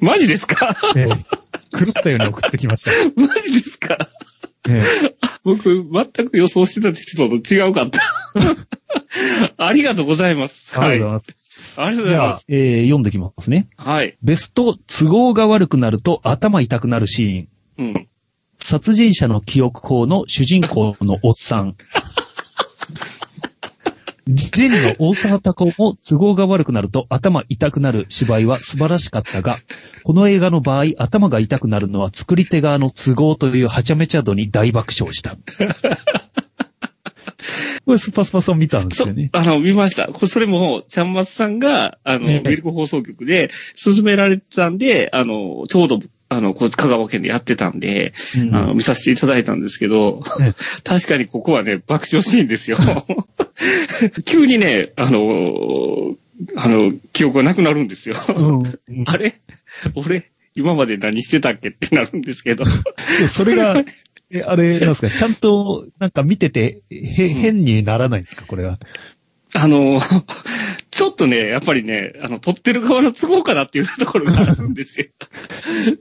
[SPEAKER 2] マジですか
[SPEAKER 1] ええ狂ったように送ってきました。
[SPEAKER 2] マジですか
[SPEAKER 1] え
[SPEAKER 2] 僕、全く予想してた人と違う かった。ありがとうございます。
[SPEAKER 1] えあ
[SPEAKER 2] は
[SPEAKER 1] り
[SPEAKER 2] い。
[SPEAKER 1] がとうござい
[SPEAKER 2] あ
[SPEAKER 1] ます。
[SPEAKER 2] りがとうござ
[SPEAKER 1] じ
[SPEAKER 2] い
[SPEAKER 1] ゃ
[SPEAKER 2] ま
[SPEAKER 1] あ
[SPEAKER 2] す。、
[SPEAKER 1] えー読んできますね。
[SPEAKER 2] はい。
[SPEAKER 1] ベスト、都合が悪くなると頭痛くなるシーン。
[SPEAKER 2] うん。
[SPEAKER 1] 殺人者の記憶法の主人公のおっさん。ジンの大沢たこも都合が悪くなると頭痛くなる芝居は素晴らしかったが、この映画の場合頭が痛くなるのは作り手側の都合というはちゃめちゃ度に大爆笑した。これスパスパさん見たんです
[SPEAKER 2] そ
[SPEAKER 1] よね。
[SPEAKER 2] あの、見ました。こそれも、ちゃんまつさんが、あの、
[SPEAKER 1] ね
[SPEAKER 2] ミルク放送局で勧められてたんで、あの、ちょうど、あの、こう香川県でやってたんで、
[SPEAKER 1] うん
[SPEAKER 2] あの見させていただいたんですけど、
[SPEAKER 1] ね
[SPEAKER 2] 確かにここはね、爆笑シーンですよ。 急にね、あの、あの、記憶がなくなるんですよ。
[SPEAKER 1] うん
[SPEAKER 2] あれ俺、今まで何してたっけってなるんですけど。
[SPEAKER 1] それが、えあれなんですか、ちゃんとなんか見てて、へ変にならないんですか、これは。
[SPEAKER 2] あの、 ちょっとね、やっぱりね、あの、撮ってる側の都合かなっていうところがあるんですよ。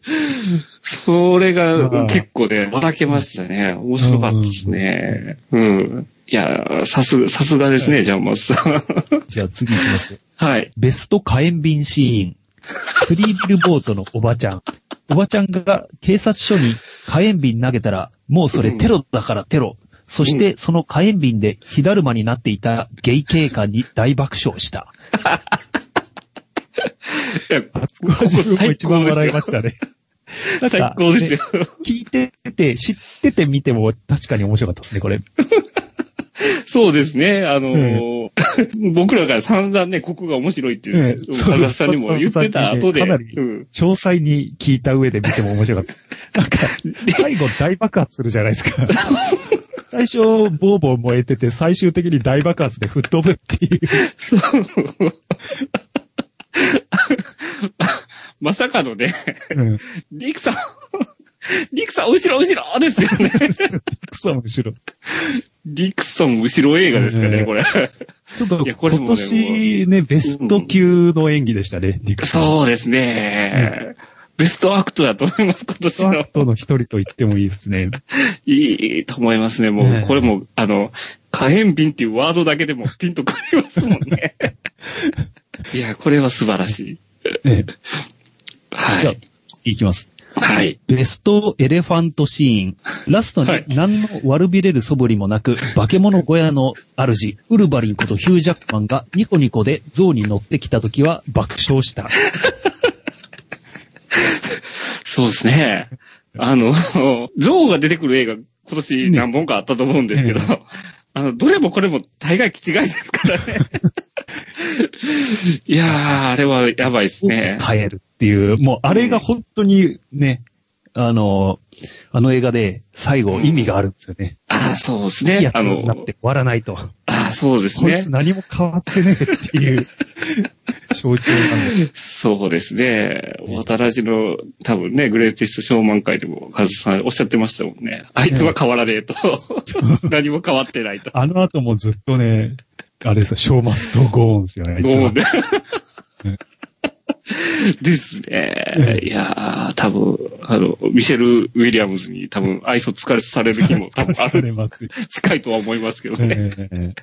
[SPEAKER 2] それが結構ね、笑けましたね。面白かったですね。うん。いや、さす、さすがですね、ジャンマスさん。
[SPEAKER 1] じゃあ次行きますよ。
[SPEAKER 2] はい。
[SPEAKER 1] ベスト火炎瓶シーン。スリービルボートのおばちゃん。おばちゃんが警察署に火炎瓶投げたら、もうそれテロだからテロ。そしてその火炎瓶で火だるまになっていたゲイ警官に大爆笑した。
[SPEAKER 2] いや、ここ最高ですよ。
[SPEAKER 1] たね。
[SPEAKER 2] 最高ですよ。
[SPEAKER 1] 聞いてて、知ってて見ても確かに面白かったですね、これ。
[SPEAKER 2] そうですね。あのー僕らが散々ね、ここが面白いっていう、
[SPEAKER 1] ええそう
[SPEAKER 2] 岡田さんにも言ってた後で、
[SPEAKER 1] かなり
[SPEAKER 2] うん
[SPEAKER 1] 詳細に聞いた上で見ても面白か った。なんか、最後大爆発するじゃないですか。最初、ボーボー燃えてて、最終的に大爆発で吹っ飛ぶっていう。
[SPEAKER 2] そう。 まさかのね、
[SPEAKER 1] うん。
[SPEAKER 2] リクさん、リクさん後ろ後ろですよね。
[SPEAKER 1] クソむしろ。
[SPEAKER 2] リクソン後ろ映画ですか
[SPEAKER 1] え
[SPEAKER 2] ね、
[SPEAKER 1] え
[SPEAKER 2] これ。
[SPEAKER 1] ちょっと、
[SPEAKER 2] いやこれも
[SPEAKER 1] 今
[SPEAKER 2] ね
[SPEAKER 1] 年ね、ベスト級の演技でしたね、ニクソン。
[SPEAKER 2] そうですね。ベストアクトだと思います、今年
[SPEAKER 1] ア
[SPEAKER 2] の
[SPEAKER 1] ク。トの一人と言ってもいいです ね。
[SPEAKER 2] いいと思いますね。も
[SPEAKER 1] え
[SPEAKER 2] う
[SPEAKER 1] え、
[SPEAKER 2] これも、あの、火炎瓶っていうワードだけでもピンとくりますもん ね。いや、これは素晴らしい。
[SPEAKER 1] ね
[SPEAKER 2] は
[SPEAKER 1] じゃあ
[SPEAKER 2] い。、
[SPEAKER 1] いきます。
[SPEAKER 2] はい。
[SPEAKER 1] ベストエレファント シーン。ラストに
[SPEAKER 2] はい
[SPEAKER 1] 何の悪びれる素振りもなく、化け物小屋の主、ウルバリンことヒュージャックマンがニコニコで象に乗ってきた時は爆笑した。
[SPEAKER 2] そうですね。あの、 象が出てくる映画、今年何本かあったと思うんですけど、 あの、どれもこれも大概気違いですから ね。いやー、あれはやばいですね。
[SPEAKER 1] 耐えるっていう、もうあれが本当にね、あの、あの映画で最後意味があるんですよね。
[SPEAKER 2] ああ、そうです
[SPEAKER 1] いい
[SPEAKER 2] ね
[SPEAKER 1] や。つ
[SPEAKER 2] あ
[SPEAKER 1] になっ
[SPEAKER 2] の
[SPEAKER 1] て、終わらないと。
[SPEAKER 2] ああ、そうです
[SPEAKER 1] こい
[SPEAKER 2] ね
[SPEAKER 1] つ。何も変わってねえっていう 象徴なんで。
[SPEAKER 2] そうですね。私の、多分ね、グレイテストショーマン会でも、カズさんおっしゃってましたもんね。あいつは変わらねえと。 何も変わってないと。
[SPEAKER 1] あの後もずっとね、あれですよ、ショーマストゴーンですよね。いつ
[SPEAKER 2] ど
[SPEAKER 1] も
[SPEAKER 2] うで
[SPEAKER 1] うん。
[SPEAKER 2] ですね
[SPEAKER 1] え。え
[SPEAKER 2] いやー、多分、あの、ミシェル・ウィリアムズに多分愛想疲れされる 日も多分あ
[SPEAKER 1] 疲れ
[SPEAKER 2] る、
[SPEAKER 1] ます。
[SPEAKER 2] 近いとは思いますけどね。
[SPEAKER 1] ええ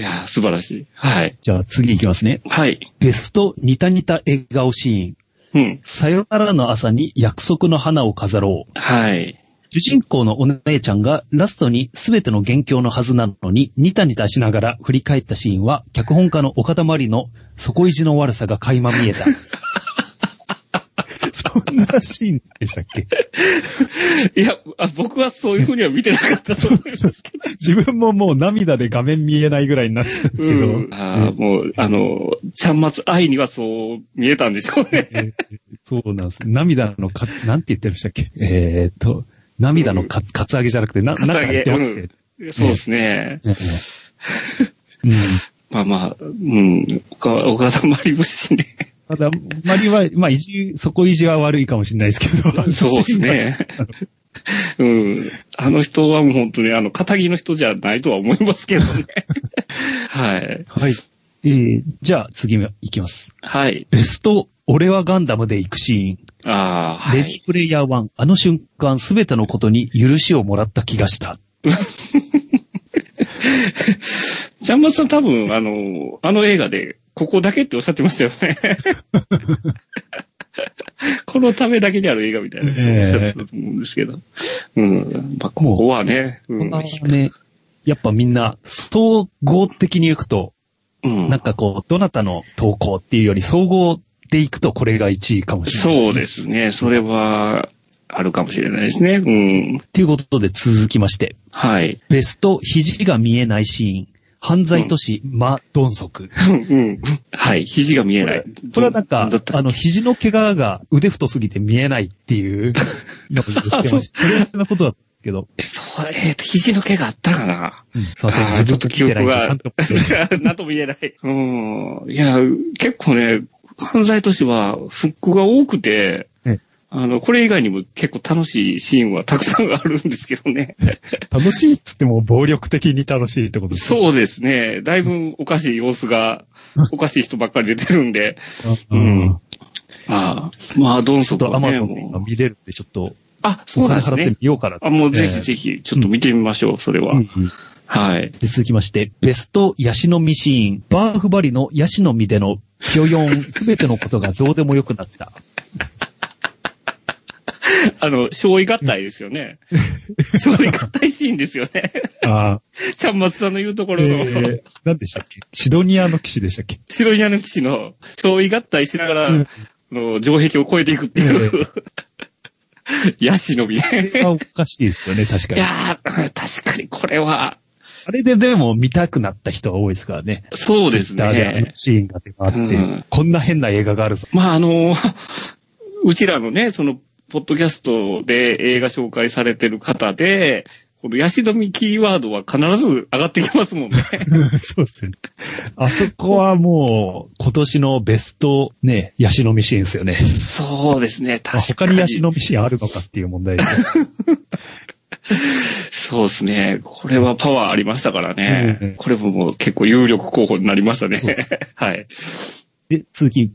[SPEAKER 2] いやー、素晴らしい。はい。
[SPEAKER 1] じゃあ次行きますね。
[SPEAKER 2] はい。
[SPEAKER 1] ベストニタニタ笑顔シーン。
[SPEAKER 2] うん。
[SPEAKER 1] さよならの朝に約束の花を飾ろう。
[SPEAKER 2] はい。
[SPEAKER 1] 主人公のお姉ちゃんがラストに全ての元凶のはずなのに、ニタニタしながら振り返ったシーンは、脚本家の岡田まりの底意地の悪さが垣間見えた。そんなシーンでしたっけ
[SPEAKER 2] いや、あ僕はそういうふうには見てなかったと思いますけ
[SPEAKER 1] 自分ももう涙で画面見えないぐらいになってたんで
[SPEAKER 2] ど。
[SPEAKER 1] すけど。
[SPEAKER 2] うん、あーもう、あの、ちゃんまつ愛にはそう見えたんでしょうね。
[SPEAKER 1] えーそうなんです。涙のか、なんて言ってましたっけえーっと、涙のか、かつあげじゃなくて、な、なん
[SPEAKER 2] かつ
[SPEAKER 1] か
[SPEAKER 2] あ
[SPEAKER 1] 言
[SPEAKER 2] げ
[SPEAKER 1] ってますね。
[SPEAKER 2] そうですね。
[SPEAKER 1] ええうん。
[SPEAKER 2] まあまあ、うん、岡岡田まり節ね。
[SPEAKER 1] ただ、マリは、まあ、意地、そこ意地は悪いかもしれないですけ ど。
[SPEAKER 2] そうですね。うん。あの人はもう本当に、あの、仇の人じゃないとは思いますけど ね。はい。
[SPEAKER 1] はい。えーじゃあ次もいきます。
[SPEAKER 2] はい。
[SPEAKER 1] ベスト、俺はガンダムで行くシーン。
[SPEAKER 2] ああ、は
[SPEAKER 1] レディ
[SPEAKER 2] い。
[SPEAKER 1] ープレイヤー1、あの瞬間すべてのことに許しをもらった気がした。
[SPEAKER 2] ちゃんまつさん多分、あの、あの映画で、ここだけっておっしゃってましたよ ね。このためだけにある映画みたいなことをおっしゃってたと思うんですけど。うん。まあ、ここはね、うん。
[SPEAKER 1] あーね、やっぱみんな、総合的に行くと、
[SPEAKER 2] うん
[SPEAKER 1] なんかこう、どなたの投稿っていうより、総合でいくとこれが1位かもしれない。
[SPEAKER 2] そうですね。それは、あるかもしれないですね。うん。
[SPEAKER 1] っていうことで続きまして、
[SPEAKER 2] はい。
[SPEAKER 1] ベスト、肘が見えないシーン、犯罪都市、マ・ドンソク。
[SPEAKER 2] うん。はい。肘が見えない。
[SPEAKER 1] これはなんか
[SPEAKER 2] だっ、た
[SPEAKER 1] あの、肘の怪我が腕太すぎて見えないっていうのを言ってました。それなことだったんですけど、
[SPEAKER 2] えそう、えーと、肘の毛があったかな
[SPEAKER 1] うんすいません、
[SPEAKER 2] あー
[SPEAKER 1] 自分と聞いてないんで
[SPEAKER 2] ちょっと記憶が
[SPEAKER 1] なんとも言えない
[SPEAKER 2] なんとも言えない。 うん。いや、結構ね、犯罪都市はフックが多くて
[SPEAKER 1] ええ、
[SPEAKER 2] あの、これ以外にも結構楽しいシーンはたくさんあるんですけど ね。
[SPEAKER 1] 楽しいって言っても暴力的に楽しいってことですね。
[SPEAKER 2] そうですね。だいぶおかしい様子が、おかしい人ばっかり出てるんで。
[SPEAKER 1] う
[SPEAKER 2] うん
[SPEAKER 1] ん。
[SPEAKER 2] ああ。まあ、ド
[SPEAKER 1] ちょ
[SPEAKER 2] ンソ
[SPEAKER 1] っ
[SPEAKER 2] ク
[SPEAKER 1] と
[SPEAKER 2] は
[SPEAKER 1] アマ
[SPEAKER 2] ね、
[SPEAKER 1] ゾンで今
[SPEAKER 2] もう
[SPEAKER 1] 見れるんで、ちょっと、
[SPEAKER 2] あ、そ
[SPEAKER 1] お
[SPEAKER 2] うなん
[SPEAKER 1] 金払
[SPEAKER 2] です
[SPEAKER 1] って
[SPEAKER 2] ね
[SPEAKER 1] み。ようかなと
[SPEAKER 2] あ、もうぜひぜひ、ちょっと見てみましょう、それは。
[SPEAKER 1] うんうん
[SPEAKER 2] はい。
[SPEAKER 1] で続きまして、ベストヤシの実シーン、バーフバリのヤシの実でのピョヨン、すべてのことがどうでもよくなった。
[SPEAKER 2] あの、勝利合体ですよね。勝利合体シーンですよ ね。
[SPEAKER 1] ああ、
[SPEAKER 2] ちゃんまつさんの言うところの、
[SPEAKER 1] 何でしたっけシドニアの騎士でしたっけ
[SPEAKER 2] 白稲の騎士の勝利合体しながら、
[SPEAKER 1] うん
[SPEAKER 2] あの城壁を越えていくっていう。 ヤシの実ね。
[SPEAKER 1] あおかしいですよね、確か
[SPEAKER 2] い
[SPEAKER 1] に
[SPEAKER 2] や。ー、確かにこれは、
[SPEAKER 1] あれででも見たくなった人が多いですからね。
[SPEAKER 2] そうです
[SPEAKER 1] Twitter であの
[SPEAKER 2] ね。
[SPEAKER 1] シーンが出回って、
[SPEAKER 2] うん
[SPEAKER 1] こんな変な映画があるぞ。
[SPEAKER 2] まあ、あの、 うちらのね、その、ポッドキャストで映画紹介されてる方で、このヤシの実キーワードは必ず上がってきますもんね。
[SPEAKER 1] そうですよね。あそこはもう、今年のベストね、ヤシの実シーンですよね。
[SPEAKER 2] そうです ね、
[SPEAKER 1] まあ
[SPEAKER 2] 確か
[SPEAKER 1] 他
[SPEAKER 2] に。
[SPEAKER 1] にヤシの実シーンあるのかっていう問題ですね。
[SPEAKER 2] そうですね。これはパワーありましたからね。
[SPEAKER 1] うんうん
[SPEAKER 2] これももう結構有力候補になりましたね
[SPEAKER 1] そうで。
[SPEAKER 2] はい。
[SPEAKER 1] で、続き、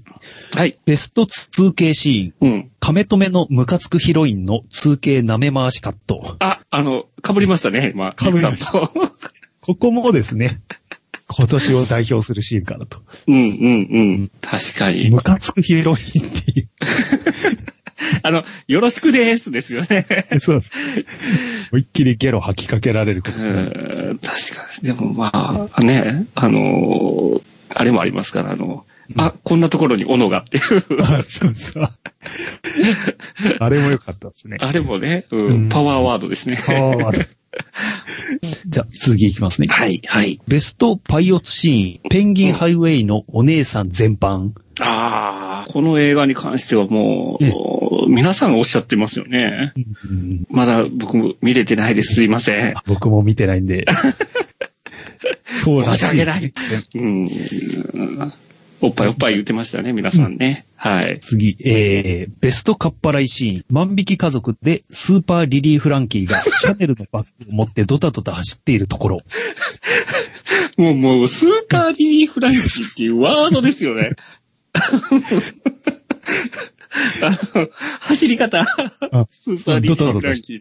[SPEAKER 2] はい。
[SPEAKER 1] ベスト2系シーン。
[SPEAKER 2] うん。
[SPEAKER 1] 亀止めのムカつくヒロインの通形舐め回しカット。
[SPEAKER 2] あ、あの、被りましたね、今。
[SPEAKER 1] 被りまし
[SPEAKER 2] さんと。
[SPEAKER 1] ここもですね、今年を代表するシーンかなと。
[SPEAKER 2] うんうんうん。確かに。
[SPEAKER 1] ムカつくヒロインってい
[SPEAKER 2] あの、よろしくですですよね。
[SPEAKER 1] う。そうです。思いっきりゲロ吐きかけられるこ
[SPEAKER 2] う
[SPEAKER 1] と。
[SPEAKER 2] ん確かに。でもまあ、ね、あのーあれもありますから、あの、あ、こんなところに斧がっていう。
[SPEAKER 1] あそうそう。あれも良かったですね。
[SPEAKER 2] あれもね、うん
[SPEAKER 1] うん
[SPEAKER 2] パワーワードですね。
[SPEAKER 1] パワーワードじゃあ、次いきますね。
[SPEAKER 2] はい、はい。
[SPEAKER 1] ベストパイオツシーン、ペンギンハイウェイのお姉さん全般。
[SPEAKER 2] ああ、この映画に関してはも
[SPEAKER 1] え
[SPEAKER 2] う、皆さんおっしゃってますよね。
[SPEAKER 1] うん
[SPEAKER 2] まだ僕も見れてないです。すいません。
[SPEAKER 1] 僕も見てないん で。そうらしい。
[SPEAKER 2] 申し訳ないうん。おっぱいおっぱい言ってましたね、皆さんね。はい。
[SPEAKER 1] 次、えー、ベストカッパライシーン、万引き家族でスーパーリリー・フランキーがシャネルのバッグを持ってドタドタ走っているところ。
[SPEAKER 2] もう、もう、スーパーリリー・フランキーっていうワードですよね。あの、走り方、ス
[SPEAKER 1] あ
[SPEAKER 2] ーパーリリー・フランキー。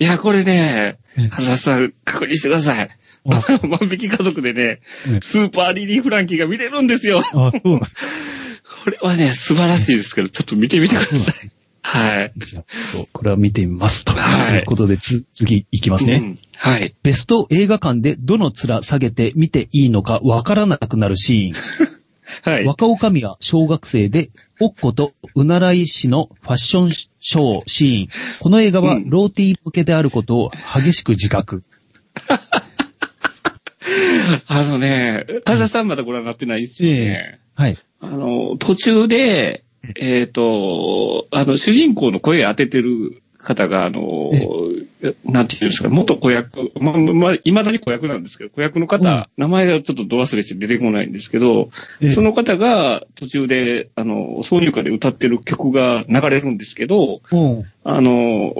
[SPEAKER 2] いや、これね、笠田さん、確認してください。
[SPEAKER 1] あ、
[SPEAKER 2] 万引き家族でね、スーパーリリー・フランキーが見れるんですよ。
[SPEAKER 1] あそうなん
[SPEAKER 2] これはね、素晴らしいですけど、ちょっと見てみてください。はい。
[SPEAKER 1] じゃあ、そうこれは見てみます。と
[SPEAKER 2] はい
[SPEAKER 1] いうことで、つ、次いきます
[SPEAKER 2] う
[SPEAKER 1] ね。
[SPEAKER 2] んはい。
[SPEAKER 1] ベスト映画館でどの面下げて見ていいのかわからなくなるシーン。
[SPEAKER 2] はい。
[SPEAKER 1] 若女将が小学生で、おっことうならい氏のファッションショーシーン。この映画は
[SPEAKER 2] うん
[SPEAKER 1] ローティー向けであることを激しく自覚。
[SPEAKER 2] あのね、カズさんまだご覧になってないんですよね。
[SPEAKER 1] はい。
[SPEAKER 2] あの、途中で、えっ、と、あの、主人公の声当ててる方が、あの、なんていうんですか、元子役、ま、ま、未だに子役なんですけど、子役の方、名前がちょっとど忘れして出てこないんですけど、その方が途中で、あの、挿入歌で歌ってる曲が流れるんですけど、
[SPEAKER 1] うん。
[SPEAKER 2] あの、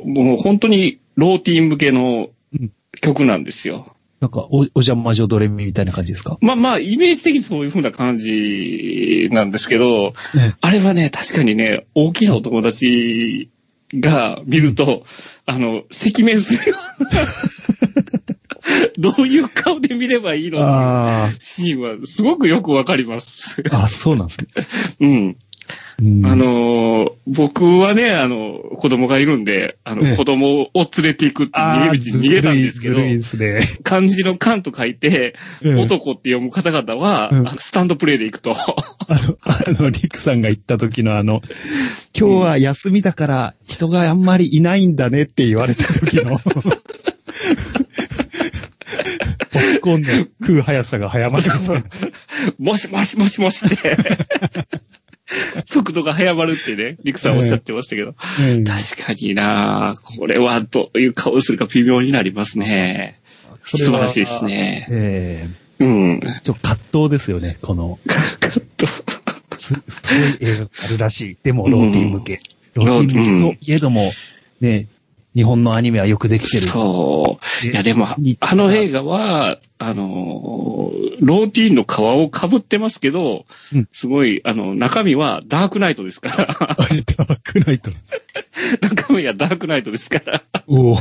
[SPEAKER 2] もう本当にローティーン向けの
[SPEAKER 1] うん
[SPEAKER 2] 曲なんですよ。
[SPEAKER 1] なんか、お、お邪魔女ドレミみたいな感じですか
[SPEAKER 2] まあまあ、イメージ的にそういう風な感じなんですけど、あれはね、確かにね、大きなお友達が見ると、あの、赤面するよ うなどういう顔で見ればいいのか
[SPEAKER 1] あ
[SPEAKER 2] シーンはすごくよくわかります。
[SPEAKER 1] あ。あ、そうなんですね。
[SPEAKER 2] うん。
[SPEAKER 1] うん
[SPEAKER 2] あ、のー僕はね、あの、子供がいるんで、あの、
[SPEAKER 1] ええ
[SPEAKER 2] 子供を連れていくって
[SPEAKER 1] あ
[SPEAKER 2] 逃
[SPEAKER 1] ー
[SPEAKER 2] げ道に逃げたんですけど
[SPEAKER 1] ず、るいずるいです
[SPEAKER 2] 漢字の漢と書いて、
[SPEAKER 1] ね。うん
[SPEAKER 2] 男って読む方々は、
[SPEAKER 1] うん
[SPEAKER 2] あのスタンドプレイで行くと。
[SPEAKER 1] あの、あの、リクさんが言った時のあの、今日は休みだから人があんまりいないんだねって言われた時の、ポップコーンの食う速さが早まる。
[SPEAKER 2] もしもしもしもしって。 速度が早まるってね、リクさんおっしゃってましたけど。
[SPEAKER 1] うん
[SPEAKER 2] 確かになこれはどういう顔をするか微妙になりますね。
[SPEAKER 1] そ
[SPEAKER 2] 素
[SPEAKER 1] れ
[SPEAKER 2] 晴
[SPEAKER 1] は
[SPEAKER 2] らしいですね。
[SPEAKER 1] え
[SPEAKER 2] うん。
[SPEAKER 1] えちょ、葛藤ですよね、この、
[SPEAKER 2] カット。
[SPEAKER 1] す、すごい映画があるらしい。でも、ローティン向け。
[SPEAKER 2] ん
[SPEAKER 1] ローティン向
[SPEAKER 2] うん
[SPEAKER 1] けといえども、ね、日本のアニメはよくできてる。
[SPEAKER 2] そう。いや、でも、あの映画は、あのー、ローティーンの皮を被ってますけど
[SPEAKER 1] うん、
[SPEAKER 2] すごい、あの、中身はダークナイトですから。
[SPEAKER 1] あれ、ダークナイトなんです。
[SPEAKER 2] 中身はダークナイトですから。
[SPEAKER 1] おお。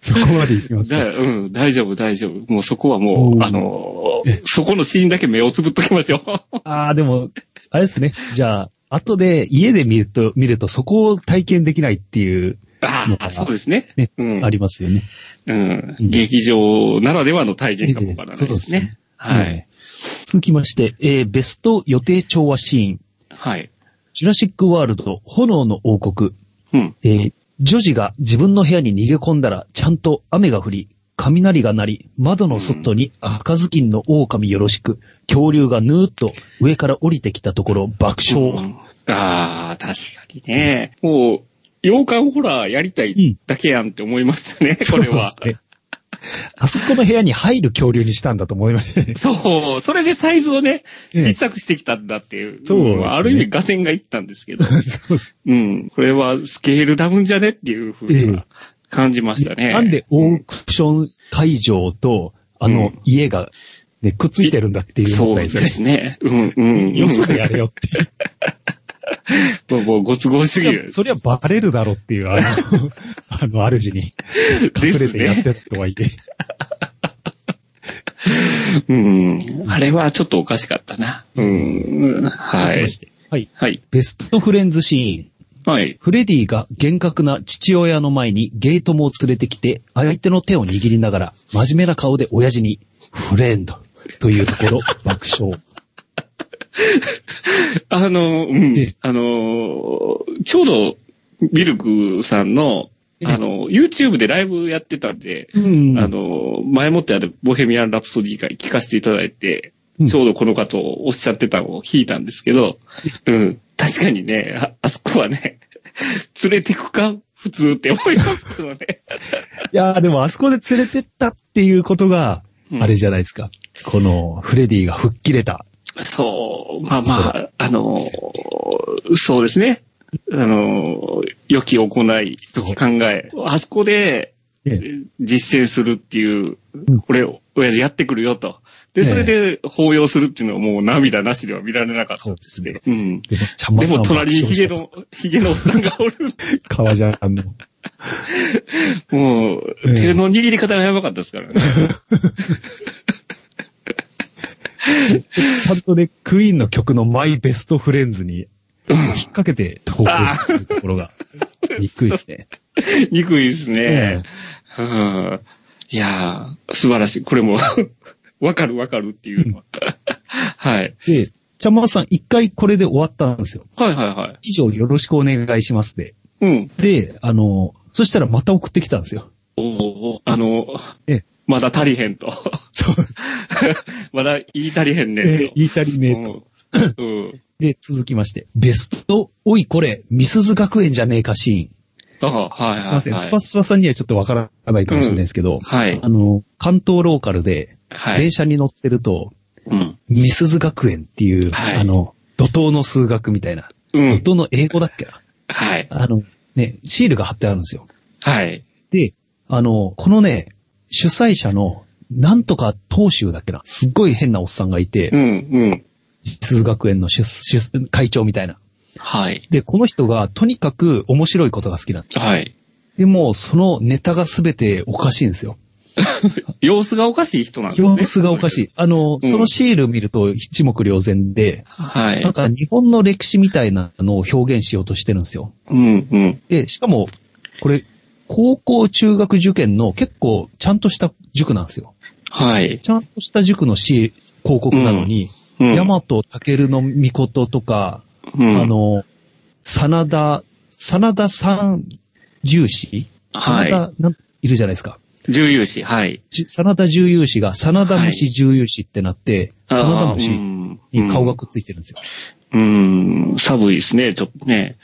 [SPEAKER 1] そこまで行きますか
[SPEAKER 2] だうん、大丈夫、大丈夫。もうそこはも
[SPEAKER 1] お
[SPEAKER 2] う、
[SPEAKER 1] ー
[SPEAKER 2] あのー、そこのシーンだけ目をつぶっとき ましょう。
[SPEAKER 1] ああ、でも、あれですね。じゃあ、後で家で見ると、見るとそこを体験できないっていう、
[SPEAKER 2] ああ、そうですね。
[SPEAKER 1] ね
[SPEAKER 2] うん
[SPEAKER 1] ありますよね。
[SPEAKER 2] うん。劇場ならではの体験かもわからないです
[SPEAKER 1] ええそうですね
[SPEAKER 2] ね。はい。
[SPEAKER 1] ええ。続きまして、えーベスト予定調和シーン、
[SPEAKER 2] はい。
[SPEAKER 1] ジュラシックワールド、炎の王国、
[SPEAKER 2] うん。
[SPEAKER 1] えー女児が自分の部屋に逃げ込んだら、ちゃんと雨が降り、雷が鳴り、窓の外に赤ずきんの狼よろしく、恐竜がぬーっと上から降りてきたところ爆笑。
[SPEAKER 2] うんああ、確かにね。もう、洋館ホラーやりたいだけやんって思いましたね、これは
[SPEAKER 1] そ。うですね。 あそこの部屋に入る恐竜にしたんだと思いましたね。
[SPEAKER 2] そう、それでサイズをね、
[SPEAKER 1] ええ
[SPEAKER 2] 小さくしてきたんだっていう。
[SPEAKER 1] そうですね
[SPEAKER 2] んある意味、ガテンがいったんですけ ど。
[SPEAKER 1] そうです
[SPEAKER 2] うん。これはスケールダウンじゃねっていうふうに
[SPEAKER 1] ええ
[SPEAKER 2] は感じましたね。
[SPEAKER 1] なんでオークション会場と、あ
[SPEAKER 2] う
[SPEAKER 1] の
[SPEAKER 2] ん、
[SPEAKER 1] 家が、ね、くっついてるんだっていう
[SPEAKER 2] そう
[SPEAKER 1] 問題
[SPEAKER 2] で
[SPEAKER 1] ですよね。
[SPEAKER 2] すね。うん うん。
[SPEAKER 1] よそでやれよっていう
[SPEAKER 2] もうもうご都合主義で。す。
[SPEAKER 1] そりゃバレるだろって いう、あの、あの、主に隠れてやってるとはいえ。
[SPEAKER 2] うん。あれはちょっとおかしかったな。うん。は
[SPEAKER 1] 続き
[SPEAKER 2] い
[SPEAKER 1] ま。してはい。
[SPEAKER 2] はい。
[SPEAKER 1] ベストフレンズシーン。
[SPEAKER 2] はい。
[SPEAKER 1] フレディが厳格な父親の前にゲートも連れてきて、相手の手を握りながら、真面目な顔で親父に、フレンド、というとこ ろ、爆笑。
[SPEAKER 2] あの、う
[SPEAKER 1] え
[SPEAKER 2] ん
[SPEAKER 1] え。
[SPEAKER 2] あの、ちょうど、ミルクさんの、
[SPEAKER 1] ええ
[SPEAKER 2] あの、YouTube でライブやってたんで、
[SPEAKER 1] うん
[SPEAKER 2] あの、前もってあるボヘミアン・ラプソディ会聞かせていただいて、
[SPEAKER 1] うん
[SPEAKER 2] ちょうどこの方をおっしゃってたのを聞いたんですけ ど、うん、確かにね、ああそこはね、 連れてくか普通って思いますけどね。
[SPEAKER 1] いやーでもあそこで連れてったっていうことが
[SPEAKER 2] う、ん
[SPEAKER 1] あれじゃないですか。この、フレディが吹っ切れた。
[SPEAKER 2] そう、まあまあ、あの、そうですね。あの、良き行い、時考え。あそこで
[SPEAKER 1] え
[SPEAKER 2] 実践するっていう
[SPEAKER 1] うん、
[SPEAKER 2] これ、親父やってくるよと。
[SPEAKER 1] ええ
[SPEAKER 2] で、それで抱擁するっていうのはもう涙なしでは見られなかったですね。うん。
[SPEAKER 1] でも、ちゃん
[SPEAKER 2] でも隣にヒゲ。の、ヒゲのおっさんがおる。
[SPEAKER 1] 革ジャンの。
[SPEAKER 2] もう、
[SPEAKER 1] ええ
[SPEAKER 2] 手の握り方がやばかったですからね。
[SPEAKER 1] ちゃんとね、クイーンの曲のマイベストフレンズに引っ掛けて投稿してるところ が、びっくりですね。
[SPEAKER 2] 憎いですね。うんいやー、素晴らしい。これも、 わかるわかるっていうのは。 はい。
[SPEAKER 1] で、ちゃまさん一回これで終わったんですよ。
[SPEAKER 2] はいはいは
[SPEAKER 1] 以上よろしくお願いしますで。
[SPEAKER 2] い。うん。
[SPEAKER 1] で、あの、そしたらまた送ってきたんですよ。
[SPEAKER 2] おーあの、
[SPEAKER 1] ええ
[SPEAKER 2] まだ足りへんと。
[SPEAKER 1] そう。
[SPEAKER 2] まだ言い足りへんねんと。
[SPEAKER 1] え言い足りねえと。
[SPEAKER 2] うんうん。
[SPEAKER 1] で、続きまして。ベスト、おいこれ、ミスズ学園じゃねえかシ
[SPEAKER 2] あはいはい、はい。
[SPEAKER 1] ーン。すいません、スパスパさんにはちょっとわからないかもしれないですけど、
[SPEAKER 2] はい。
[SPEAKER 1] あの、関東ローカルで、
[SPEAKER 2] はい
[SPEAKER 1] 電。車に乗ってると、
[SPEAKER 2] うん。
[SPEAKER 1] ミスズ学園っていう、
[SPEAKER 2] はい
[SPEAKER 1] あの、怒涛の数学みたいな、
[SPEAKER 2] うん。
[SPEAKER 1] 怒涛の英語だっけな。
[SPEAKER 2] はい。
[SPEAKER 1] あの、ね、シールが貼ってあるんですよ。
[SPEAKER 2] はい。
[SPEAKER 1] で、あの、このね、主催者の、なんとか東州だっけな、すっごい変なおっさんがいて、
[SPEAKER 2] うん、うん。
[SPEAKER 1] 鈴学園の主主会長みたいな。
[SPEAKER 2] はい。
[SPEAKER 1] で、この人がとにかく面白いことが好きなんです。
[SPEAKER 2] はい。
[SPEAKER 1] でも、そのネタがすべておかしいんですよ。
[SPEAKER 2] 様子がおかしい人なんですね。
[SPEAKER 1] 様子がおかしい。あの、そのシール見ると一目瞭然で、
[SPEAKER 2] はい。
[SPEAKER 1] なんか日本の歴史みたいなのを表現しようとしてるんですよ。
[SPEAKER 2] うん、うん。
[SPEAKER 1] で、しかも、これ、高校中学受験の結構ちゃんとした塾なんですよ。
[SPEAKER 2] はい。
[SPEAKER 1] ちゃんとした塾のシール、広告なのに、
[SPEAKER 2] うん。
[SPEAKER 1] ヤマトタケルの御事とか、
[SPEAKER 2] うん、
[SPEAKER 1] あ、の、真田、真田三重士
[SPEAKER 2] はい
[SPEAKER 1] 真田、なんいるじゃないですか。
[SPEAKER 2] 重有士、はい。
[SPEAKER 1] じ真田重勇士が、真田虫重勇士ってなって、
[SPEAKER 2] あー
[SPEAKER 1] 真田虫
[SPEAKER 2] うん
[SPEAKER 1] に顔がくっついてるんです よ。
[SPEAKER 2] うん、寒いですね、ちょっとね。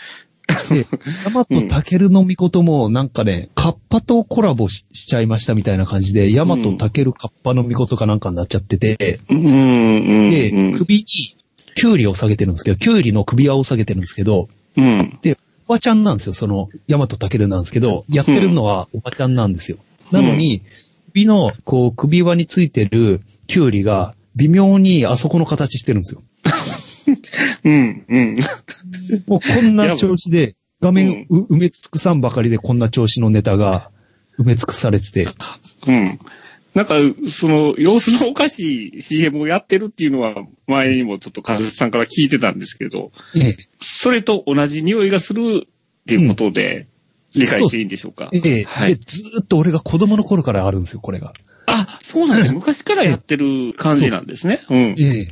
[SPEAKER 1] で、ヤマトタケルの御事も、なんかね、カッパとコラボししちゃいましたみたいな感じで、ヤマトタケルカッパの御事かなんかになっちゃってて、
[SPEAKER 2] うん、うん。
[SPEAKER 1] で
[SPEAKER 2] うん、
[SPEAKER 1] 首に、キュウリを下げてるんですけど、キュウリの首輪を下げてるんですけど、
[SPEAKER 2] うん。
[SPEAKER 1] で、おばちゃんなんですよ。その、ヤマトタケルなんですけど、やってるのはおばちゃんなんですよ。
[SPEAKER 2] うん
[SPEAKER 1] なのに、首の、こう、首輪についてるキュウリが、微妙にあそこの形してるんですよ。
[SPEAKER 2] うん、うん。
[SPEAKER 1] もうこんな調子で、画面う埋め尽くさんばかりでこんな調子のネタが埋め尽くされてて、
[SPEAKER 2] うん。なんか、その、様子のおかしい CM をやってるっていうのは、前にもちょっと和ズさんから聞いてたんですけど、
[SPEAKER 1] え
[SPEAKER 2] それと同じ匂いがするっていうことで、
[SPEAKER 1] うん
[SPEAKER 2] 理解していいんでしょうか。
[SPEAKER 1] え、ええ、
[SPEAKER 2] はい
[SPEAKER 1] で、ずーっと俺が子供の頃からあるんですよ、これが。
[SPEAKER 2] あ、そうなんです。昔からやってる感じなんですね。うん。
[SPEAKER 1] ええ。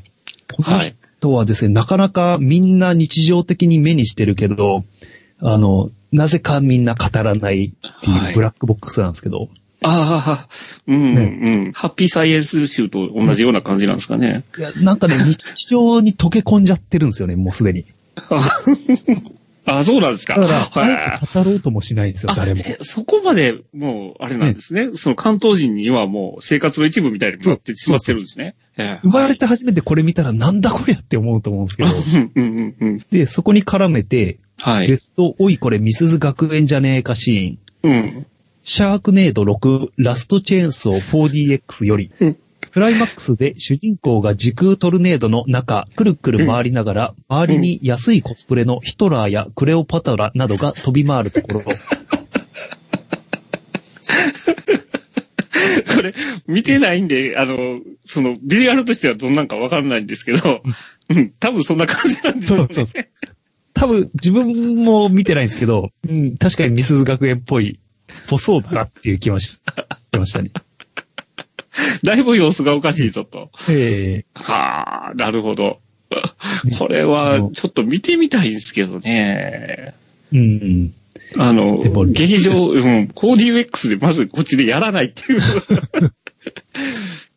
[SPEAKER 1] この
[SPEAKER 2] はい
[SPEAKER 1] 人はですね、なかなかみんな日常的に目にしてるけど、あの、なぜかみんな語らないって
[SPEAKER 2] は
[SPEAKER 1] いう
[SPEAKER 2] い
[SPEAKER 1] ブラックボックスなんですけど、
[SPEAKER 2] ああ、うん、うん。ハッピーサイエンス集と同じような感じなんですかね。
[SPEAKER 1] いやなん かね、日常に溶け込んじゃってるんですよね、もうすでに。
[SPEAKER 2] あ、そうなんですか。
[SPEAKER 1] だから、
[SPEAKER 2] はい
[SPEAKER 1] 早く語ろうともしないんですよ、誰も
[SPEAKER 2] あ。せそこまで、もう、あれなんですね。その関東人にはもう生活の一部みたいになってしまってるんですね。ええ
[SPEAKER 1] 生まれて初めてこれ見たらなんだこりゃって思うと思うんですけど
[SPEAKER 2] は、いうんうんうんうん。
[SPEAKER 1] で、そこに絡めて、
[SPEAKER 2] は
[SPEAKER 1] ベ
[SPEAKER 2] い。
[SPEAKER 1] スト、おいこれ、ミスズ学園じゃねえかシーン、
[SPEAKER 2] うん。
[SPEAKER 1] シャークネード6、ラストチェーンソー 4DX より
[SPEAKER 2] うん、
[SPEAKER 1] クライマックスで主人公が時空トルネードの中、くるくる回りながら、周りに安いコスプレのヒトラーやクレオパトラなどが飛び回るところ、
[SPEAKER 2] これ、見てないんで、あの、その、ビジュアルとしてはどんなんかわかんないんですけど、うん、多分そんな感じなんですよね。
[SPEAKER 1] そうそ多分自分も見てないんですけど、うん、確かにミスズ学園っぽい、ぽそうだなっていう気はししま したね。
[SPEAKER 2] だいぶ様子がおかしいぞと。
[SPEAKER 1] え
[SPEAKER 2] はあ、なるほど。これは、ちょっと見てみたいんですけどね。
[SPEAKER 1] えうん。
[SPEAKER 2] あの
[SPEAKER 1] でも、
[SPEAKER 2] 劇場、うん、コーディウェックスでまずこっちでやらないっ ていう。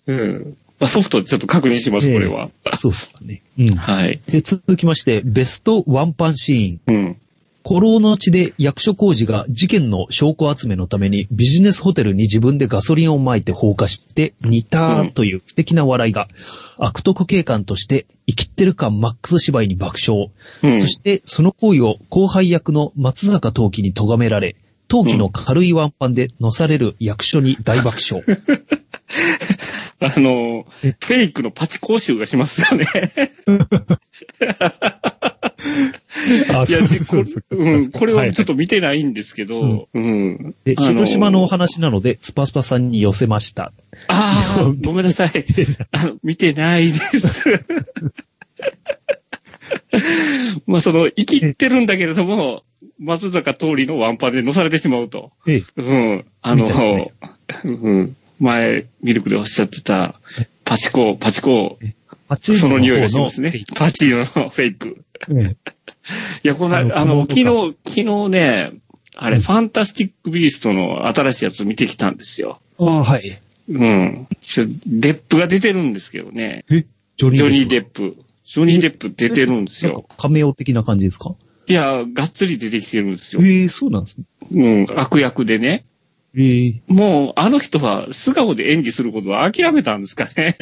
[SPEAKER 2] うん。まあ、ソフトちょっと確認します、これは。
[SPEAKER 1] そうっすかね。うん。
[SPEAKER 2] はい。
[SPEAKER 1] で、続きまして、ベストワンパンシーン。
[SPEAKER 2] うん。
[SPEAKER 1] 古老の地で役所工事が事件の証拠集めのためにビジネスホテルに自分でガソリンを撒いて放火して似たという不敵な笑いが、悪徳警官として生きってる感マックス芝居に爆笑。
[SPEAKER 2] うん
[SPEAKER 1] そしてその行為を後輩役の松坂陶器に咎められ、陶器の軽いワンパンで乗される役所に大爆笑。
[SPEAKER 2] あの、フ
[SPEAKER 1] え
[SPEAKER 2] ェイクのパチ講習がしますよね。
[SPEAKER 1] あ
[SPEAKER 2] いや、じこうん、これはちょっ
[SPEAKER 1] と。
[SPEAKER 2] と見てないんですけど、うん。
[SPEAKER 1] で、
[SPEAKER 2] あ
[SPEAKER 1] 広島のお話なので、スパスパさんに寄せました。
[SPEAKER 2] ああ、ごめんな さい。あの、見てないです。まあ、その、生きてるんだけれども、松坂通りのワンパンで乗されてしまうと。
[SPEAKER 1] ええ、
[SPEAKER 2] うん。あの、
[SPEAKER 1] 見たですね
[SPEAKER 2] うん。前、ミルクでおっしゃってた、パチコ、パチコ、
[SPEAKER 1] パチ
[SPEAKER 2] そ
[SPEAKER 1] ーノ
[SPEAKER 2] の
[SPEAKER 1] の
[SPEAKER 2] 匂い
[SPEAKER 1] 方
[SPEAKER 2] がし
[SPEAKER 1] の
[SPEAKER 2] ますね。パチーノのフェイク。
[SPEAKER 1] え
[SPEAKER 2] いや、この、
[SPEAKER 1] あの
[SPEAKER 2] あの、昨
[SPEAKER 1] 昨日
[SPEAKER 2] 日、昨日ね、あれ、
[SPEAKER 1] うん
[SPEAKER 2] ファンタスティックビーストの新しいやつ見てきたんですよ。
[SPEAKER 1] えああ、はい。
[SPEAKER 2] うん。ちょデップが出てるんですけどね。
[SPEAKER 1] えジョ
[SPEAKER 2] ジョニー・
[SPEAKER 1] デ
[SPEAKER 2] デップ。ジョニー・デップ出てるんです
[SPEAKER 1] なん
[SPEAKER 2] よ。
[SPEAKER 1] かカメオ的な感じですか
[SPEAKER 2] いや、がっつり出てきてるんですよ。
[SPEAKER 1] ええ、そうなんですね。
[SPEAKER 2] うん、悪役でね。
[SPEAKER 1] ええ。
[SPEAKER 2] もう、あの人は素顔で演技することは諦めたんですかね。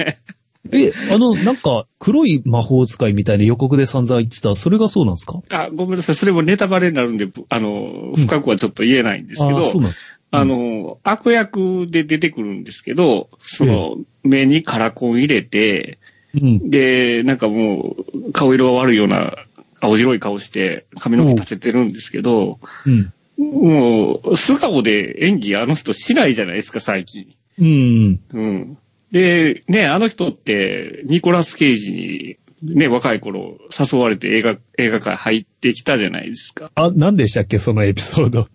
[SPEAKER 1] え、あの、なんか、黒い魔法使いみたいな予告で散々言ってた、それがそうなんですか
[SPEAKER 2] あ、ごめんなさい。それもネタバレになるんで、あの、深くはちょっと言えないんですけど、
[SPEAKER 1] あそうなんです。
[SPEAKER 2] あの、悪役で出てくるんですけど、その、目にカラコン入れて、
[SPEAKER 1] うん。
[SPEAKER 2] で、なんかもう、顔色が悪いような、青白い顔して、髪の毛立ててるんですけど、
[SPEAKER 1] うん。
[SPEAKER 2] もう、素顔で演技あの人しないじゃないですか、最近。
[SPEAKER 1] うん。
[SPEAKER 2] うん。で、ね、あの人って、ニコラス・ケイジに、ね、若い頃、誘われて映画、映画界入ってきたじゃないですか。
[SPEAKER 1] あ、何でしたっけ、そのエピソード。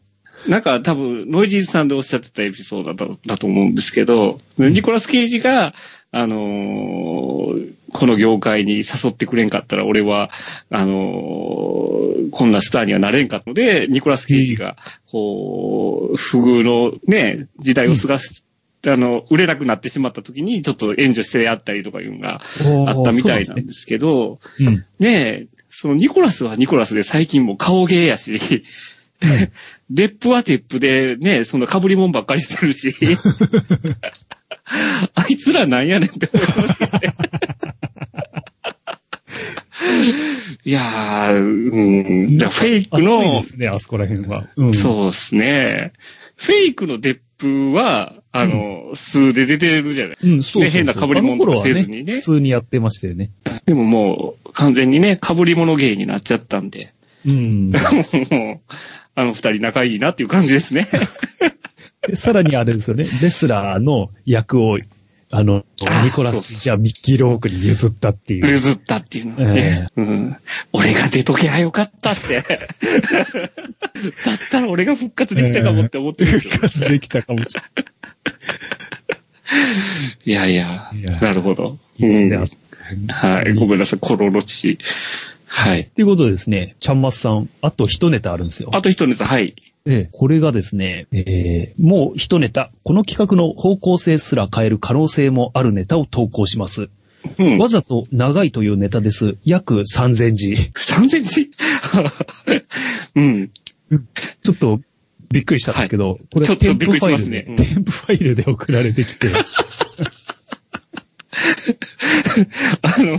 [SPEAKER 2] なんか多分、ノイジーズさんでおっしゃってたエピソードだとだと思うんですけど、ニコラス・ケイジが、あのーこの業界に誘ってくれんかったら、俺は、あのーこんなスターにはなれんかったので、ニコラス・ケイジが、こう、不遇のね、時代を過ごす、あの、売れなくなってしまった時に、ちょっと援助してやったりとかいうのがあったみたいなん
[SPEAKER 1] ね
[SPEAKER 2] で。すけど、
[SPEAKER 1] うん。
[SPEAKER 2] ねえ、そのニコラスはニコラスで最近もう顔芸やし、 デップはデップでね、その被り物ばっかりしてる し、あいつらなんやねんって思い ますよねいやー、うん、だからフェイク
[SPEAKER 1] 熱い
[SPEAKER 2] の
[SPEAKER 1] で、すね、あそこら辺は。うん。う。
[SPEAKER 2] そうですね。フェイクのデップは、あの、数で出てるじゃない。
[SPEAKER 1] うん、そうそうそう
[SPEAKER 2] ね変な被り物とかせず
[SPEAKER 1] あ
[SPEAKER 2] にね
[SPEAKER 1] の頃は普通にやってましたよね。
[SPEAKER 2] でももう、完全にね、被り物芸になっちゃったんで。
[SPEAKER 1] うん。で
[SPEAKER 2] もう、 あの二人仲いいなっていう感じですね。
[SPEAKER 1] さらにあれですよね、レスラーの役を、あの、
[SPEAKER 2] あ
[SPEAKER 1] ニコラ
[SPEAKER 2] そう
[SPEAKER 1] ス、じゃあミッキー・ロークに譲ったっていう。
[SPEAKER 2] 譲ったっていうのはね、うん。俺が出とけばよかった って。だったら俺が復活できたかもって思ってるけど。
[SPEAKER 1] できたかもしれない。
[SPEAKER 2] いやいや
[SPEAKER 1] いや、
[SPEAKER 2] なるほど。
[SPEAKER 1] いいですね、
[SPEAKER 2] うん
[SPEAKER 1] あそこら辺
[SPEAKER 2] はい、ごめんなさい、コロロチ。はい。
[SPEAKER 1] っていうことでですね、ちゃんまつさん、あと一ネタあるんですよ。
[SPEAKER 2] あと一ネタ、はい。
[SPEAKER 1] ええこれがですね、えーもう一ネタ、この企画の方向性すら変える可能性もあるネタを投稿します。
[SPEAKER 2] うん。
[SPEAKER 1] わざと長いというネタです。約3000字。
[SPEAKER 2] 3センチ うん。
[SPEAKER 1] ちょっと、びっくりしたんですけど、これ
[SPEAKER 2] ちょっとびっくりしますね
[SPEAKER 1] 添付ファイルで添付ファイルで送られてき て、
[SPEAKER 2] あの、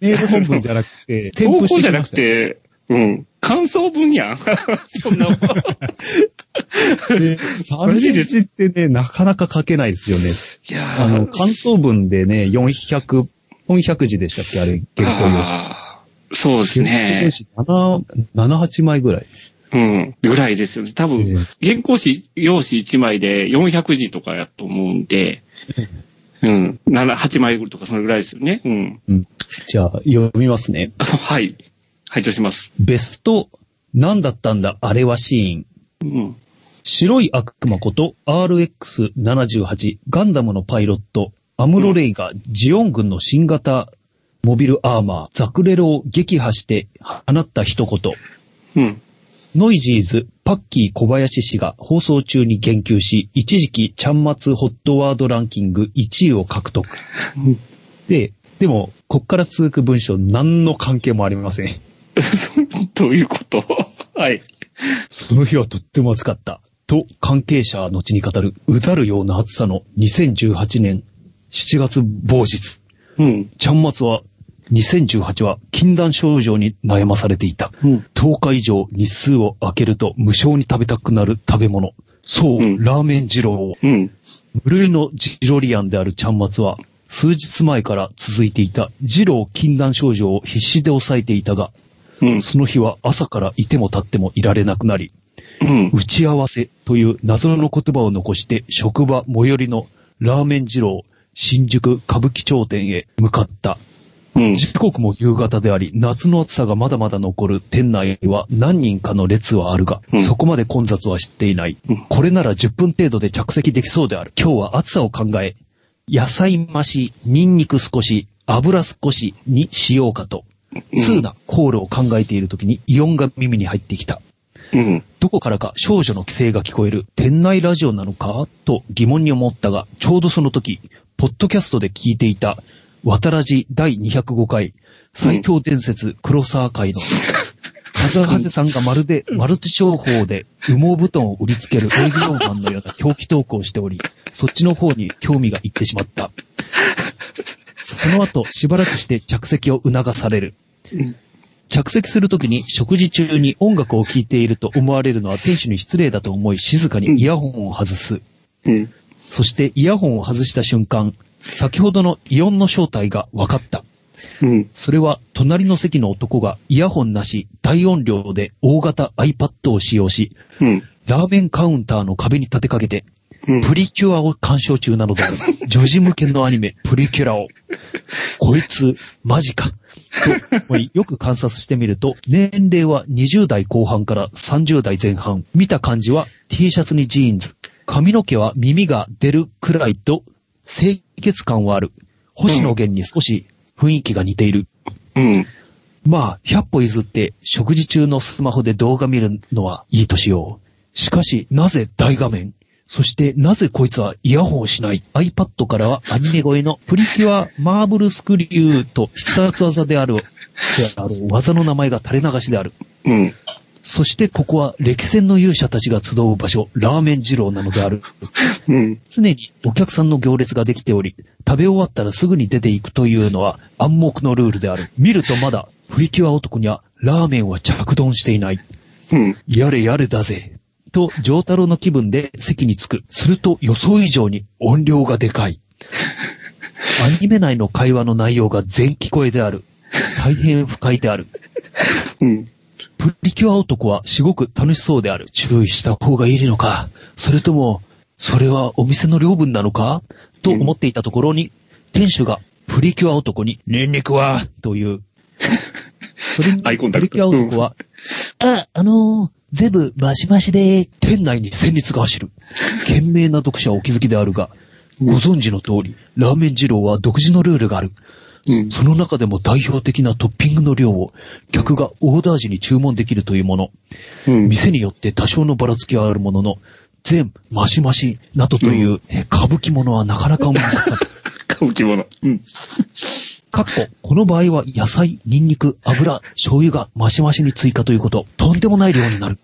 [SPEAKER 1] メール本文じゃなくて、添
[SPEAKER 2] 投
[SPEAKER 1] 付
[SPEAKER 2] 稿
[SPEAKER 1] して
[SPEAKER 2] じ
[SPEAKER 1] き
[SPEAKER 2] ゃ
[SPEAKER 1] ま
[SPEAKER 2] なく
[SPEAKER 1] したよ。
[SPEAKER 2] て、うん。感想文やん。 そんなもん。
[SPEAKER 1] で30字ってね、なかなか書けないですよね。
[SPEAKER 2] いやー
[SPEAKER 1] あの、感想文でね、400、400字でしたっけあれ、原稿用紙。
[SPEAKER 2] あーそうですね。
[SPEAKER 1] 結構用紙7、8枚ぐらい。
[SPEAKER 2] うん。ぐらいですよね。多分、
[SPEAKER 1] え
[SPEAKER 2] 原稿紙、用紙1枚で400字とかやと思うんで、うん。7、8枚とかそのぐらいですよね。うん。
[SPEAKER 1] うんじゃあ、読みますね。
[SPEAKER 2] あはい。拝聴します。
[SPEAKER 1] ベスト、何だったんだ、あれはシーン。
[SPEAKER 2] うん。
[SPEAKER 1] 白い悪魔こと RX78 ガンダムのパイロット、アムロレイがジオン軍の新型モビルアーマー、ザクレロを撃破して放った一言。
[SPEAKER 2] うん。
[SPEAKER 1] ノイジーズ、パッキー小林氏が放送中に言及し、一時期ちゃんまつホットワードランキング1位を獲得。で、でも、こっから続く文章、何の関係もありません。
[SPEAKER 2] どういうこと はい。
[SPEAKER 1] その日はとっても暑かった。と、関係者は後に語る、うだるような暑さの2018年7月某日。
[SPEAKER 2] うん。
[SPEAKER 1] ちゃんまつは、2018は禁断症状に悩まされていた。
[SPEAKER 2] うん
[SPEAKER 1] 10日以上日数を空けると無償に食べたくなる食べ物。そう、
[SPEAKER 2] うん
[SPEAKER 1] ラーメン二郎。
[SPEAKER 2] うん。
[SPEAKER 1] 無類のジロリアンであるちゃんまつは、数日前から続いていた二郎禁断症状を必死で抑えていたが、
[SPEAKER 2] うん。
[SPEAKER 1] その日は朝からいても立ってもいられなくなり、
[SPEAKER 2] うん。
[SPEAKER 1] 打ち合わせという謎の言葉を残して職場最寄りのラーメン二郎新宿歌舞伎町店へ向かった。
[SPEAKER 2] うん。
[SPEAKER 1] 時刻も夕方であり、夏の暑さがまだまだ残る店内は何人かの列はあるが、
[SPEAKER 2] うん
[SPEAKER 1] そこまで混雑は知っていない
[SPEAKER 2] うん。
[SPEAKER 1] これなら10分程度で着席できそうである。今日は暑さを考え、野菜増し、ニンニク少し、油少しにしようかと。
[SPEAKER 2] うん
[SPEAKER 1] 通なコールを考えている時に異音が耳に入ってきた。
[SPEAKER 2] うん。
[SPEAKER 1] どこからか少女の規制が聞こえる店内ラジオなのかと疑問に思ったが、ちょうどその時、ポッドキャストで聞いていた、渡らじ第205回、最強伝説黒沢会の、風長さんがまるでマルチ商法で羽毛布団を売りつける営業マンのような狂気トークをしており、そっちの方に興味がいってしまった。その後、しばらくして着席を促される。着席するときに食事中に音楽を聴いていると思われるのは店主に失礼だと思い静かにイヤホンを外す。
[SPEAKER 2] うん。
[SPEAKER 1] そしてイヤホンを外した瞬間、先ほどのイオンの正体が分かった。
[SPEAKER 2] うん。
[SPEAKER 1] それは隣の席の男がイヤホンなし大音量で大型 iPad を使用し、
[SPEAKER 2] うん。
[SPEAKER 1] ラーメンカウンターの壁に立てかけて、
[SPEAKER 2] うん。
[SPEAKER 1] プリキュアを鑑賞中なので ある。女児向けのアニメ、プリキュラを。こいつ、マジか。と思い、よく観察してみると、年齢は20代後半から30代前半。見た感じは T シャツにジーンズ。髪の毛は耳が出るくらいと、清潔感はある。星野源に少し雰囲気が似ている。
[SPEAKER 2] うん。
[SPEAKER 1] まあ、100歩譲って食事中のスマホで動画見るのはいいとしよう。しかし、なぜ大画面そして、なぜこいつはイヤホンをしない ?iPad からはアニメ声のプリキュアマーブルスクリューと必殺技である、である技の名前が垂れ流しである。
[SPEAKER 2] うん。
[SPEAKER 1] そして、ここは歴戦の勇者たちが集う場所、ラーメン二郎なのである。
[SPEAKER 2] うん。
[SPEAKER 1] 常にお客さんの行列ができており、食べ終わったらすぐに出ていくというのは暗黙のルールである。見るとまだ、プリキュア男にはラーメンは着丼していない。
[SPEAKER 2] うん。
[SPEAKER 1] やれやれだぜ。と、上太郎の気分で席に着く。すると予想以上に音量がでかい。アニメ内の会話の内容が全聞こえである。大変不快である。
[SPEAKER 2] うん。
[SPEAKER 1] プリキュア男はすごく楽しそうである。注意した方がいいのかそれとも、それはお店の領分なのかと思っていたところに、店主がプリキュア男に、ニンニクはという。それに、
[SPEAKER 2] アイコンタ
[SPEAKER 1] プ
[SPEAKER 2] ク
[SPEAKER 1] リ
[SPEAKER 2] ト
[SPEAKER 1] キュア男は、あ、あのー、全部マシマシで、店内に戦律が走る。賢明な読者はお気づきであるが、ご存知の通り、ラーメン二郎は独自のルールがある。
[SPEAKER 2] うん
[SPEAKER 1] その中でも代表的なトッピングの量を客がオーダー時に注文できるというもの。
[SPEAKER 2] うん。
[SPEAKER 1] 店によって多少のばらつきはあるものの、全マシマシなどという、え歌舞伎ものはなかなか思いつかない。
[SPEAKER 2] 歌舞伎者。うん。
[SPEAKER 1] かっこ、この場合は野菜、ニンニク、油、醤油がマシマシに追加ということ、とんでもない量になる。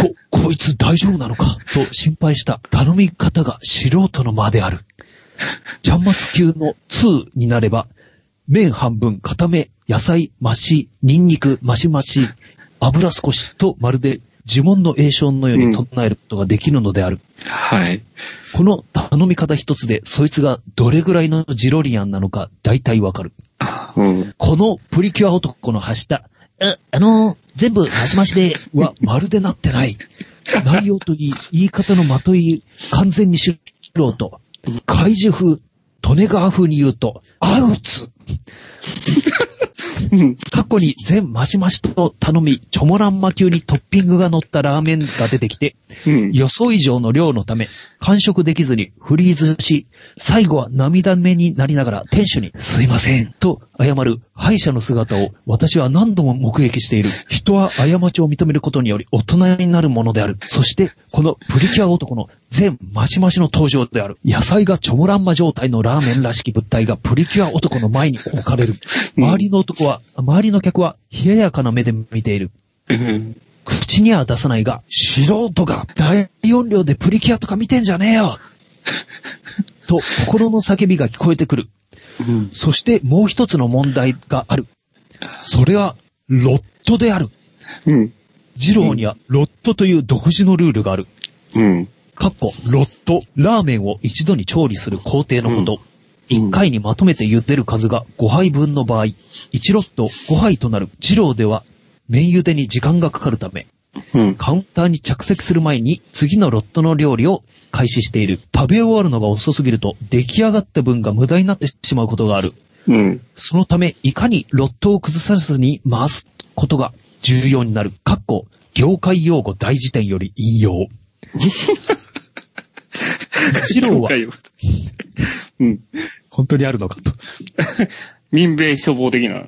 [SPEAKER 1] こ、こいつ大丈夫なのかと心配した頼み方が素人の間である。ジャンマツ級の2になれば、麺半分、固め、野菜、マシ、ニンニク、マシマシ、油少しとまるで呪文の栄唱のように唱えることができるのである。
[SPEAKER 2] はい。
[SPEAKER 1] この頼み方一つで、そいつがどれぐらいのジロリアンなのか大体わかる。
[SPEAKER 2] うん。
[SPEAKER 1] このプリキュア男の発した、あ、あのー全部マシマシで、はまるでなってない。内容といい、言い方のまとい、完全に素人。怪獣風、利根川風に言うと、アウツ
[SPEAKER 2] うん。
[SPEAKER 1] 過去に全マシマシと頼み、チョモランマ級にトッピングが乗ったラーメンが出てきて、
[SPEAKER 2] うん。
[SPEAKER 1] 予想以上の量のため、完食できずにフリーズし、最後は涙目になりながら店主に、すいません、と謝る敗者の姿を私は何度も目撃している。人は過ちを認めることにより大人になるものである。そして、このプリキュア男の全マシマシの登場である。野菜がチョモランマ状態のラーメンらしき物体がプリキュア男の前に置かれる。周りの男は、周りの客は冷ややかな目で見ている。
[SPEAKER 2] うん。
[SPEAKER 1] 口には出さないが、素人が大音量でプリキュアとか見てんじゃねえよと、心の叫びが聞こえてくる。
[SPEAKER 2] うん。
[SPEAKER 1] そしてもう一つの問題がある。それは、ロットである。
[SPEAKER 2] うん。
[SPEAKER 1] 二郎にはロットという独自のルールがある。
[SPEAKER 2] うん。
[SPEAKER 1] かっこ、ロット、ラーメンを一度に調理する工程のこと。 1回にまとめて茹でる数が5杯分の場合、1ロット5杯となる二郎では、麺茹でに時間がかかるため、
[SPEAKER 2] うん。
[SPEAKER 1] カウンターに着席する前に次のロットの料理を開始している。食べ終わるのが遅すぎると出来上がった分が無駄になってしまうことがある。
[SPEAKER 2] うん。
[SPEAKER 1] そのため、いかにロットを崩さずに回すことが重要になる。かっこ、業界用語大辞典より引用。一郎
[SPEAKER 2] 了
[SPEAKER 1] は
[SPEAKER 2] 解よ。うん。
[SPEAKER 1] 本当にあるのかと。
[SPEAKER 2] 民兵処方的な。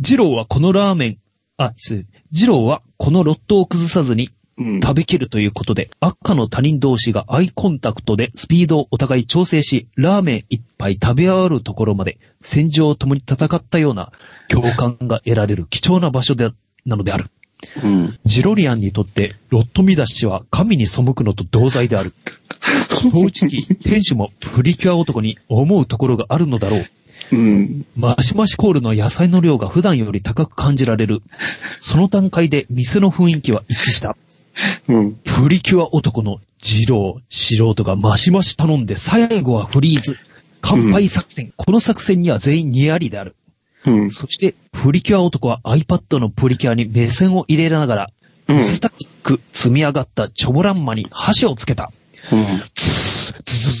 [SPEAKER 1] 二郎はこのラーメン、あ、失礼。二郎はこのロットを崩さずに
[SPEAKER 2] うん。
[SPEAKER 1] 食べきるということで、赤の他人同士がアイコンタクトでスピードをお互い調整し、ラーメン一杯食べ終わるところまで戦場を共に戦ったような共感が得られる貴重な場所で、なのである。
[SPEAKER 2] うん。
[SPEAKER 1] ジロリアンにとって、ロット見出しは神に背くのと同罪である。正直、天使もプリキュア男に思うところがあるのだろう。
[SPEAKER 2] うん。
[SPEAKER 1] マシマシコールの野菜の量が普段より高く感じられる。その段階で店の雰囲気は一致した。
[SPEAKER 2] うん。
[SPEAKER 1] プリキュア男の二郎、素人がマシマシ頼んで最後はフリーズ。乾杯作戦。この作戦には全員ニヤリである。
[SPEAKER 2] うん。
[SPEAKER 1] そして、プリキュア男は iPad のプリキュアに目線を入れながら、
[SPEAKER 2] うん
[SPEAKER 1] スタティック積み上がったチョモランマに箸をつけた。ズズズ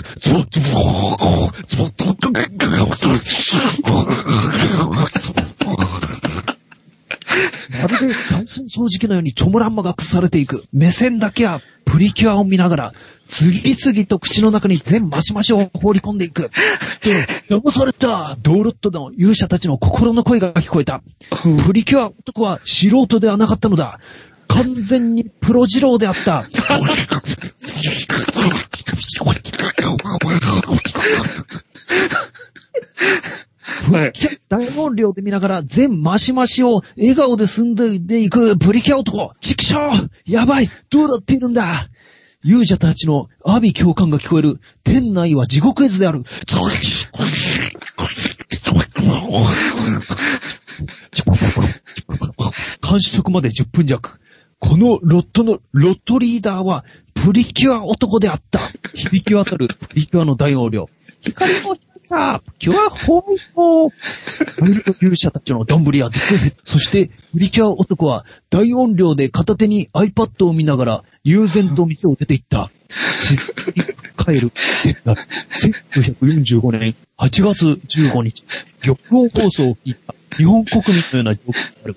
[SPEAKER 1] ズズズボッズボッズボッズボッズボッズボッまるで断水掃除機のようにチョモランマが崩されていく。目線だけはプリキュアを見ながら、次々と口の中に全マシマシを放り込んでいく。で、騙されたドーロットの勇者たちの心の声が聞こえた。プリキュア男は素人ではなかったのだ。完全にプロ二郎であった。
[SPEAKER 2] うん。はい。
[SPEAKER 1] 大音量で見ながら全マシマシを笑顔で進んでいくプリキュア男。ちくしょうやばいどうなっているんだ勇者たちの阿ビ教官が聞こえる。店内は地獄絵図である。完食まで10分弱。このロットの、ロットリーダーは、プリキュア男であった。響き渡るプリキュアの大音量。光の光キュアホイコマイルド勇者たちのどんぶりはずっと減るそして、プリキュア男は大音量で片手に iPad を見ながら、悠然と店を出て行った。静かに帰る。1945年8月15日、玉音放送を聞いた日本国民のような状況である。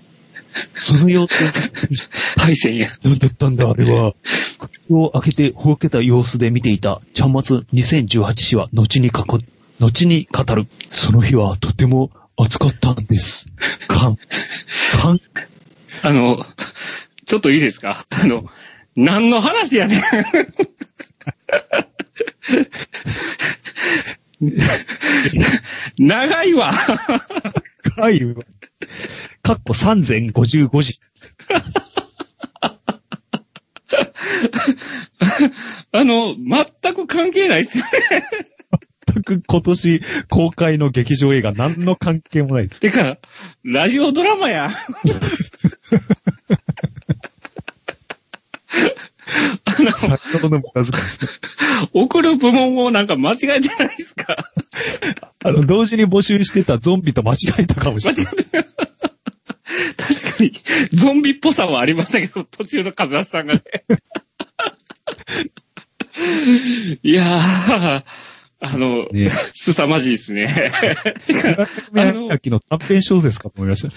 [SPEAKER 1] その様子
[SPEAKER 2] 対戦や。
[SPEAKER 1] 何だったんだ、あれは。口を開けてほうけた様子で見ていた、ちゃんまつ2018氏は後にかこ、後に語る。その日はとても暑かったんです。かん。かん。
[SPEAKER 2] あの、ちょっといいですかあの、何の話やね ん。長いわ。
[SPEAKER 1] かいわ。かっこ3055時。
[SPEAKER 2] あの、全く関係ないっすよね。
[SPEAKER 1] 全く今年公開の劇場映画何の関係もない です。
[SPEAKER 2] てか、ラジオドラマや。 あの、
[SPEAKER 1] 先ほどの無駄遣い
[SPEAKER 2] 送る部門をなんか間違えてないですか
[SPEAKER 1] あの、同時に募集してたゾンビと間違えたかもし
[SPEAKER 2] 間
[SPEAKER 1] れ
[SPEAKER 2] 違
[SPEAKER 1] ない。
[SPEAKER 2] えて確かに、ゾンビっぽさはありましたけど、途中のカズラさんがね。いやー、あの、
[SPEAKER 1] ね
[SPEAKER 2] 凄まじいですね。
[SPEAKER 1] 村上明の短編小説かと思いました。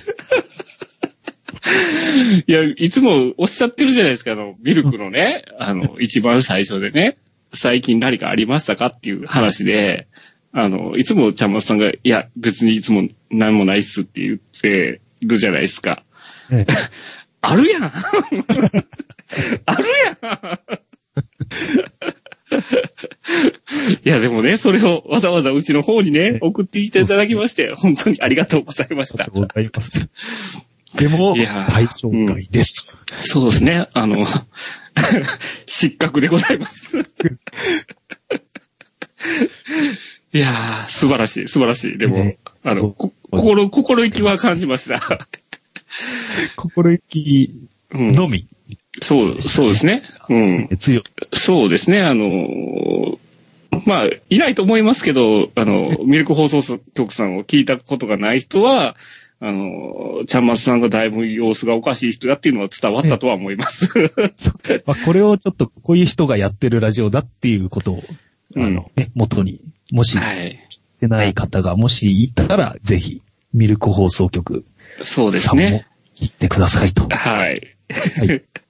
[SPEAKER 2] いや、いつもおっしゃってるじゃないですか、あの、ミルクのね、あの、一番最初でね、最近何かありましたかっていう話で、あの、いつもちゃんまつさんが、いや、別にいつも何もないっすって言ってるじゃないですか。
[SPEAKER 1] ええ
[SPEAKER 2] あるやんあるやんいや、でもね、それをわざわざうちの方にね、送っていただきまして、本当にありがとうございまし
[SPEAKER 1] あ
[SPEAKER 2] た
[SPEAKER 1] りがと。うござい ます。でも、
[SPEAKER 2] いやー
[SPEAKER 1] 対象外です。
[SPEAKER 2] そうですね。あの、 失格でござい ます。いやー、素晴らしい、素晴らしい。でも、
[SPEAKER 1] ね
[SPEAKER 2] あの、こ
[SPEAKER 1] そう
[SPEAKER 2] 心、心意気は感じました。
[SPEAKER 1] 心意気
[SPEAKER 2] うん、
[SPEAKER 1] のみ、
[SPEAKER 2] そう、そうですね。うん。
[SPEAKER 1] 強い。
[SPEAKER 2] そうですね。あのーまあ、いないと思いますけど、あ の、ミルク放送局さんを聞いたことがない人は、あの、ちゃんまつさんがだいぶ様子がおかしい人だっていうのは伝わったとは思います。
[SPEAKER 1] まあ、これをちょっと、こういう人がやってるラジオだっていうことを、あ
[SPEAKER 2] うん
[SPEAKER 1] の、ね、元に、もし、
[SPEAKER 2] は
[SPEAKER 1] 聞い
[SPEAKER 2] い。
[SPEAKER 1] てない方が、もしいたら、ぜひ、ミルク放送局
[SPEAKER 2] そうで
[SPEAKER 1] さ
[SPEAKER 2] す
[SPEAKER 1] んも
[SPEAKER 2] ね。
[SPEAKER 1] 行ってくださ いと。はい。
[SPEAKER 2] はい。
[SPEAKER 1] あ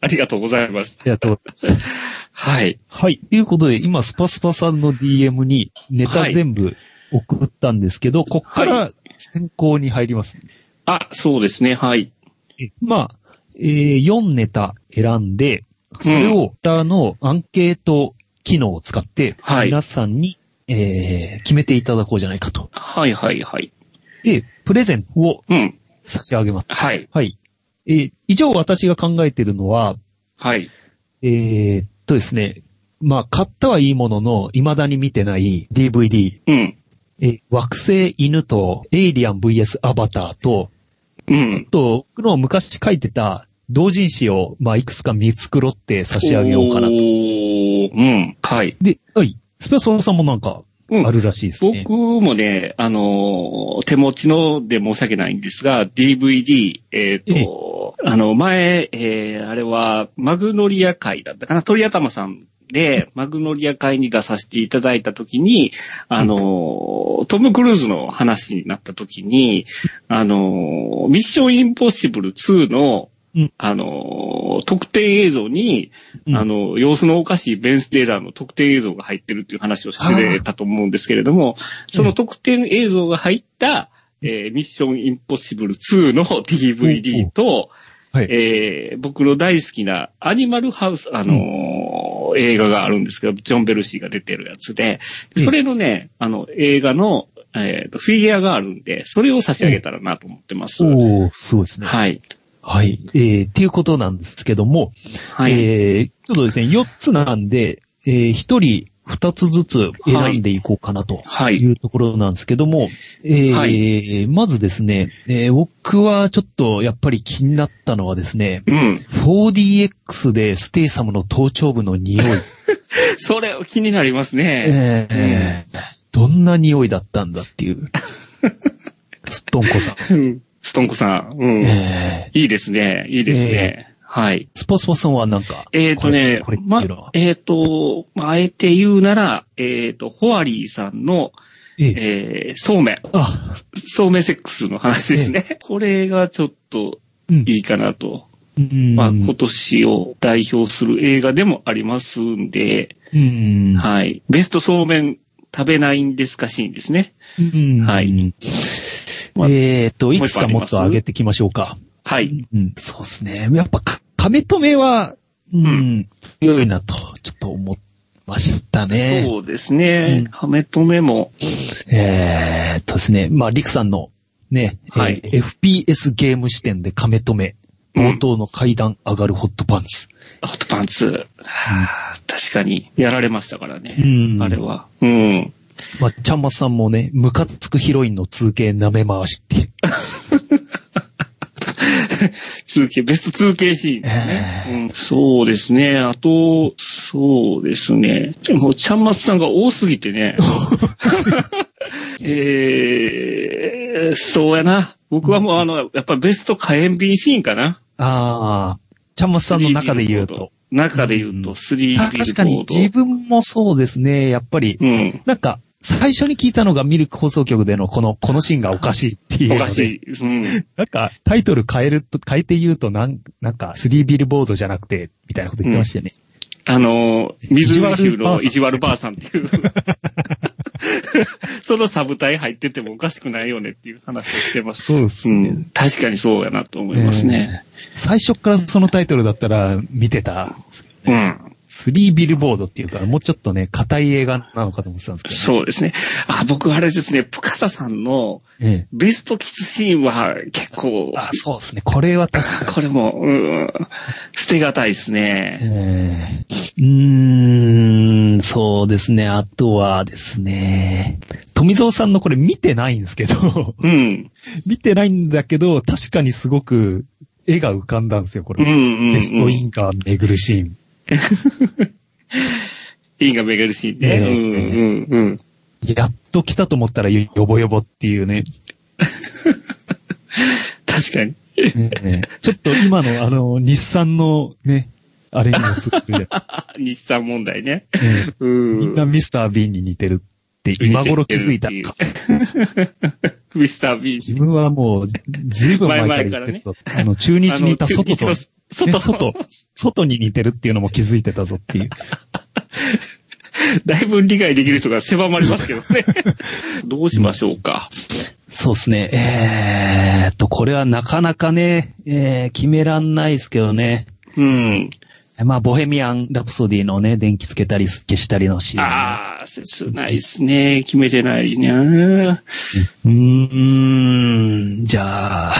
[SPEAKER 2] ありがとうございます。
[SPEAKER 1] りがとうございます。
[SPEAKER 2] はい。
[SPEAKER 1] はい。ということで、今、スパスパさんの DM にネタ全部送ったんですけど、こっから選考に入ります。
[SPEAKER 2] あ、そうですね。はい。
[SPEAKER 1] まあ、えー4ネタ選んで、それを、ターのアンケート機能を使って、
[SPEAKER 2] はい
[SPEAKER 1] 皆さんに、えー決めていただこうじゃないかと。
[SPEAKER 2] はいはいはい。
[SPEAKER 1] で、プレゼントを
[SPEAKER 2] うん。
[SPEAKER 1] 差し上げます。
[SPEAKER 2] はい。
[SPEAKER 1] はい。えー以上私が考えているのは、
[SPEAKER 2] はい。
[SPEAKER 1] えーっとですね、まあ、買ったはいいものの、未だに見てない DVD、
[SPEAKER 2] うん。
[SPEAKER 1] えー惑星犬と、エイリアン VS アバターと、
[SPEAKER 2] う
[SPEAKER 1] ち
[SPEAKER 2] ん
[SPEAKER 1] ょっ。と、僕の昔書いてた同人誌を、まあ、いくつか見繕って差し上げようかな
[SPEAKER 2] お
[SPEAKER 1] と。
[SPEAKER 2] ーうん。はい。
[SPEAKER 1] で、はい。スペースオーさんもなんか、
[SPEAKER 2] うん
[SPEAKER 1] あるらしいですね。
[SPEAKER 2] 僕もね、あのー、手持ちので申し訳ないんですが、DVD、えっ、
[SPEAKER 1] ええ
[SPEAKER 2] と、あの、前、えーあれは、マグノリア会だったかな、鳥頭さんで、マグノリア会に出させていただいたときに、あのー、トム・クルーズの話になったときに、あのー、ミッション・インポッシブル2の
[SPEAKER 1] うん、
[SPEAKER 2] あのー、特典映像に、
[SPEAKER 1] うん
[SPEAKER 2] あの、様子のおかしいベン・ステイラーの特典映像が入ってるっていう話をしてたと思うんですけれども、その特典映像が入った、えーミッション・インポッシブル2の DVD と、
[SPEAKER 1] はい
[SPEAKER 2] えー僕の大好きなアニマルハウス、あのー映画があるんですけど、ジョン・ベルシーが出てるやつで、
[SPEAKER 1] うん
[SPEAKER 2] それのね、あの、映画の、えーとフィギュアがあるんで、それを差し上げたらなと思ってます。
[SPEAKER 1] おー、すごいですね。
[SPEAKER 2] はい。
[SPEAKER 1] はい。えー、っていうことなんですけども、
[SPEAKER 2] はい。
[SPEAKER 1] えー、ちょっとですね、4つなんで、えー、1人2つずつ選んでいこうかなと。
[SPEAKER 2] はいい。
[SPEAKER 1] うところなんですけども、えー
[SPEAKER 2] は
[SPEAKER 1] まずですね、えー僕はちょっとやっぱり気になったのはですね、
[SPEAKER 2] うん。
[SPEAKER 1] 4DX でステイサムの頭頂部の 匂い。
[SPEAKER 2] それ気になりますね。
[SPEAKER 1] ええどんな匂いだったんだって いう。すっとんこさん。
[SPEAKER 2] うん ストンコさん。うん。
[SPEAKER 1] ええ
[SPEAKER 2] いいですね。いいですね。はい。
[SPEAKER 1] スポスポさんはなんか、
[SPEAKER 2] えっ、とね
[SPEAKER 1] これ、これ
[SPEAKER 2] ま
[SPEAKER 1] っていうのは、
[SPEAKER 2] えっ、と、まあ、あえて言うなら、えっ、と、ホアリーさんの、
[SPEAKER 1] ええ
[SPEAKER 2] えー、そうめん。
[SPEAKER 1] あ、
[SPEAKER 2] そうめんセックスの話ですね。これがちょっと
[SPEAKER 1] うん。
[SPEAKER 2] いいかなと。
[SPEAKER 1] うん
[SPEAKER 2] まあ、今年を代表する映画でもありますんで、
[SPEAKER 1] うん。
[SPEAKER 2] はい。ベストそうめん食べないんですかシーンですね。
[SPEAKER 1] うん
[SPEAKER 2] はい。まあ
[SPEAKER 1] えっと、い
[SPEAKER 2] もう
[SPEAKER 1] くつ
[SPEAKER 2] 一個あ
[SPEAKER 1] か
[SPEAKER 2] り
[SPEAKER 1] も
[SPEAKER 2] ま
[SPEAKER 1] っ
[SPEAKER 2] す
[SPEAKER 1] と上げていきましょうか。
[SPEAKER 2] はい。
[SPEAKER 1] うん、そうですね。やっぱか、亀止めは、うん、
[SPEAKER 2] うん
[SPEAKER 1] 強いなと、ちょっと思いましたね。
[SPEAKER 2] そうですね。
[SPEAKER 1] うん
[SPEAKER 2] 亀止めも。
[SPEAKER 1] えーっとですね、まあ、リクさんのね、えー
[SPEAKER 2] はい
[SPEAKER 1] FPS ゲーム視点で亀止め、
[SPEAKER 2] うん
[SPEAKER 1] 冒頭の階段上がるホットパンツ。
[SPEAKER 2] ホットパンツ。はあ、確かに、やられましたからね。
[SPEAKER 1] うん
[SPEAKER 2] あれは。うん。
[SPEAKER 1] まあ、ちゃんまさんもね、ムカつくヒロインの通形舐め回しっていう。
[SPEAKER 2] 通形、ベスト 2K シーンですね、
[SPEAKER 1] え
[SPEAKER 2] うん。そうですね。あと、そうですね。もう、ちゃんまつさんが多すぎ てね。えー、そうやな。僕はもう、あの、やっぱベスト火炎瓶シーンかな。
[SPEAKER 1] ああ、ちゃんまさんの中で言うと。。
[SPEAKER 2] 中で言うと、
[SPEAKER 1] うん
[SPEAKER 2] 3ビルボード。
[SPEAKER 1] 確かに自分もそうですね、やっぱり。
[SPEAKER 2] うん。
[SPEAKER 1] なんか、最初に聞いたのがミルク放送局でのこの、このシーンがおかしいっていうの
[SPEAKER 2] お
[SPEAKER 1] で。
[SPEAKER 2] かしい。うん。
[SPEAKER 1] なんか、タイトル変えると、変えて言うと、なん、なんか、スリービルボードじゃなくて、みたいなこと言ってましたよね。
[SPEAKER 2] あの、水州の意地悪ばあさんっていう。 そのサブ隊入っててもおかしくないよねっていう話をしてます。
[SPEAKER 1] そうです
[SPEAKER 2] うん。確かにそうやなと思いますね。
[SPEAKER 1] 最初からそのタイトルだったら見てた、
[SPEAKER 2] うん。
[SPEAKER 1] スリービルボードっていうから、もうちょっとね、硬い映画なのかと思ってたんです
[SPEAKER 2] そうですね。あ、僕あれですね、プカタさんの
[SPEAKER 1] けど、ね。ええ
[SPEAKER 2] ベストキスシーンは結構、
[SPEAKER 1] あ、そうですね。これは確か
[SPEAKER 2] これも、うん、捨てがたいですね。
[SPEAKER 1] ええうーん、そうですね。あとはですね、富蔵さんのこれ見てないんですけど、
[SPEAKER 2] うん。
[SPEAKER 1] 見てないんだけど、確かにすごく絵が浮かんだんですよ、こ
[SPEAKER 2] うん
[SPEAKER 1] れ。
[SPEAKER 2] うん、うん。
[SPEAKER 1] ベストインカー巡るシーン。
[SPEAKER 2] 因果巡るシーンね。
[SPEAKER 1] え
[SPEAKER 2] うん、うん、うん。
[SPEAKER 1] やっと来たと思ったらよぼよぼっていう ね。
[SPEAKER 2] 確かに。
[SPEAKER 1] ねちょっと今のあの、日産のね、あれにもすごく ね、
[SPEAKER 2] 日産問題ね。
[SPEAKER 1] ええ
[SPEAKER 2] うん。
[SPEAKER 1] みんなミスター・ビーンに似てるって今頃気づいた。
[SPEAKER 2] ミスター・ビーン。
[SPEAKER 1] 自分はもう、ずいぶん前から言ってるぞ。あの、中日にいた外と、
[SPEAKER 2] あの
[SPEAKER 1] ね
[SPEAKER 2] 中日の外
[SPEAKER 1] 外、外に似てるっていうのも気づいてたぞっていう。
[SPEAKER 2] だいぶ理解できる人が狭まりますけど ね。どうしましょうか。
[SPEAKER 1] そうですね。えーっと、これはなかなかね、えー、決めらんないですけどね。
[SPEAKER 2] うん。
[SPEAKER 1] まあ、ボヘミアン・ラプソディのね、電気つけたり消したりのシーン、
[SPEAKER 2] ああ、切ないですね。決めてないな。
[SPEAKER 1] うーん、じゃあ、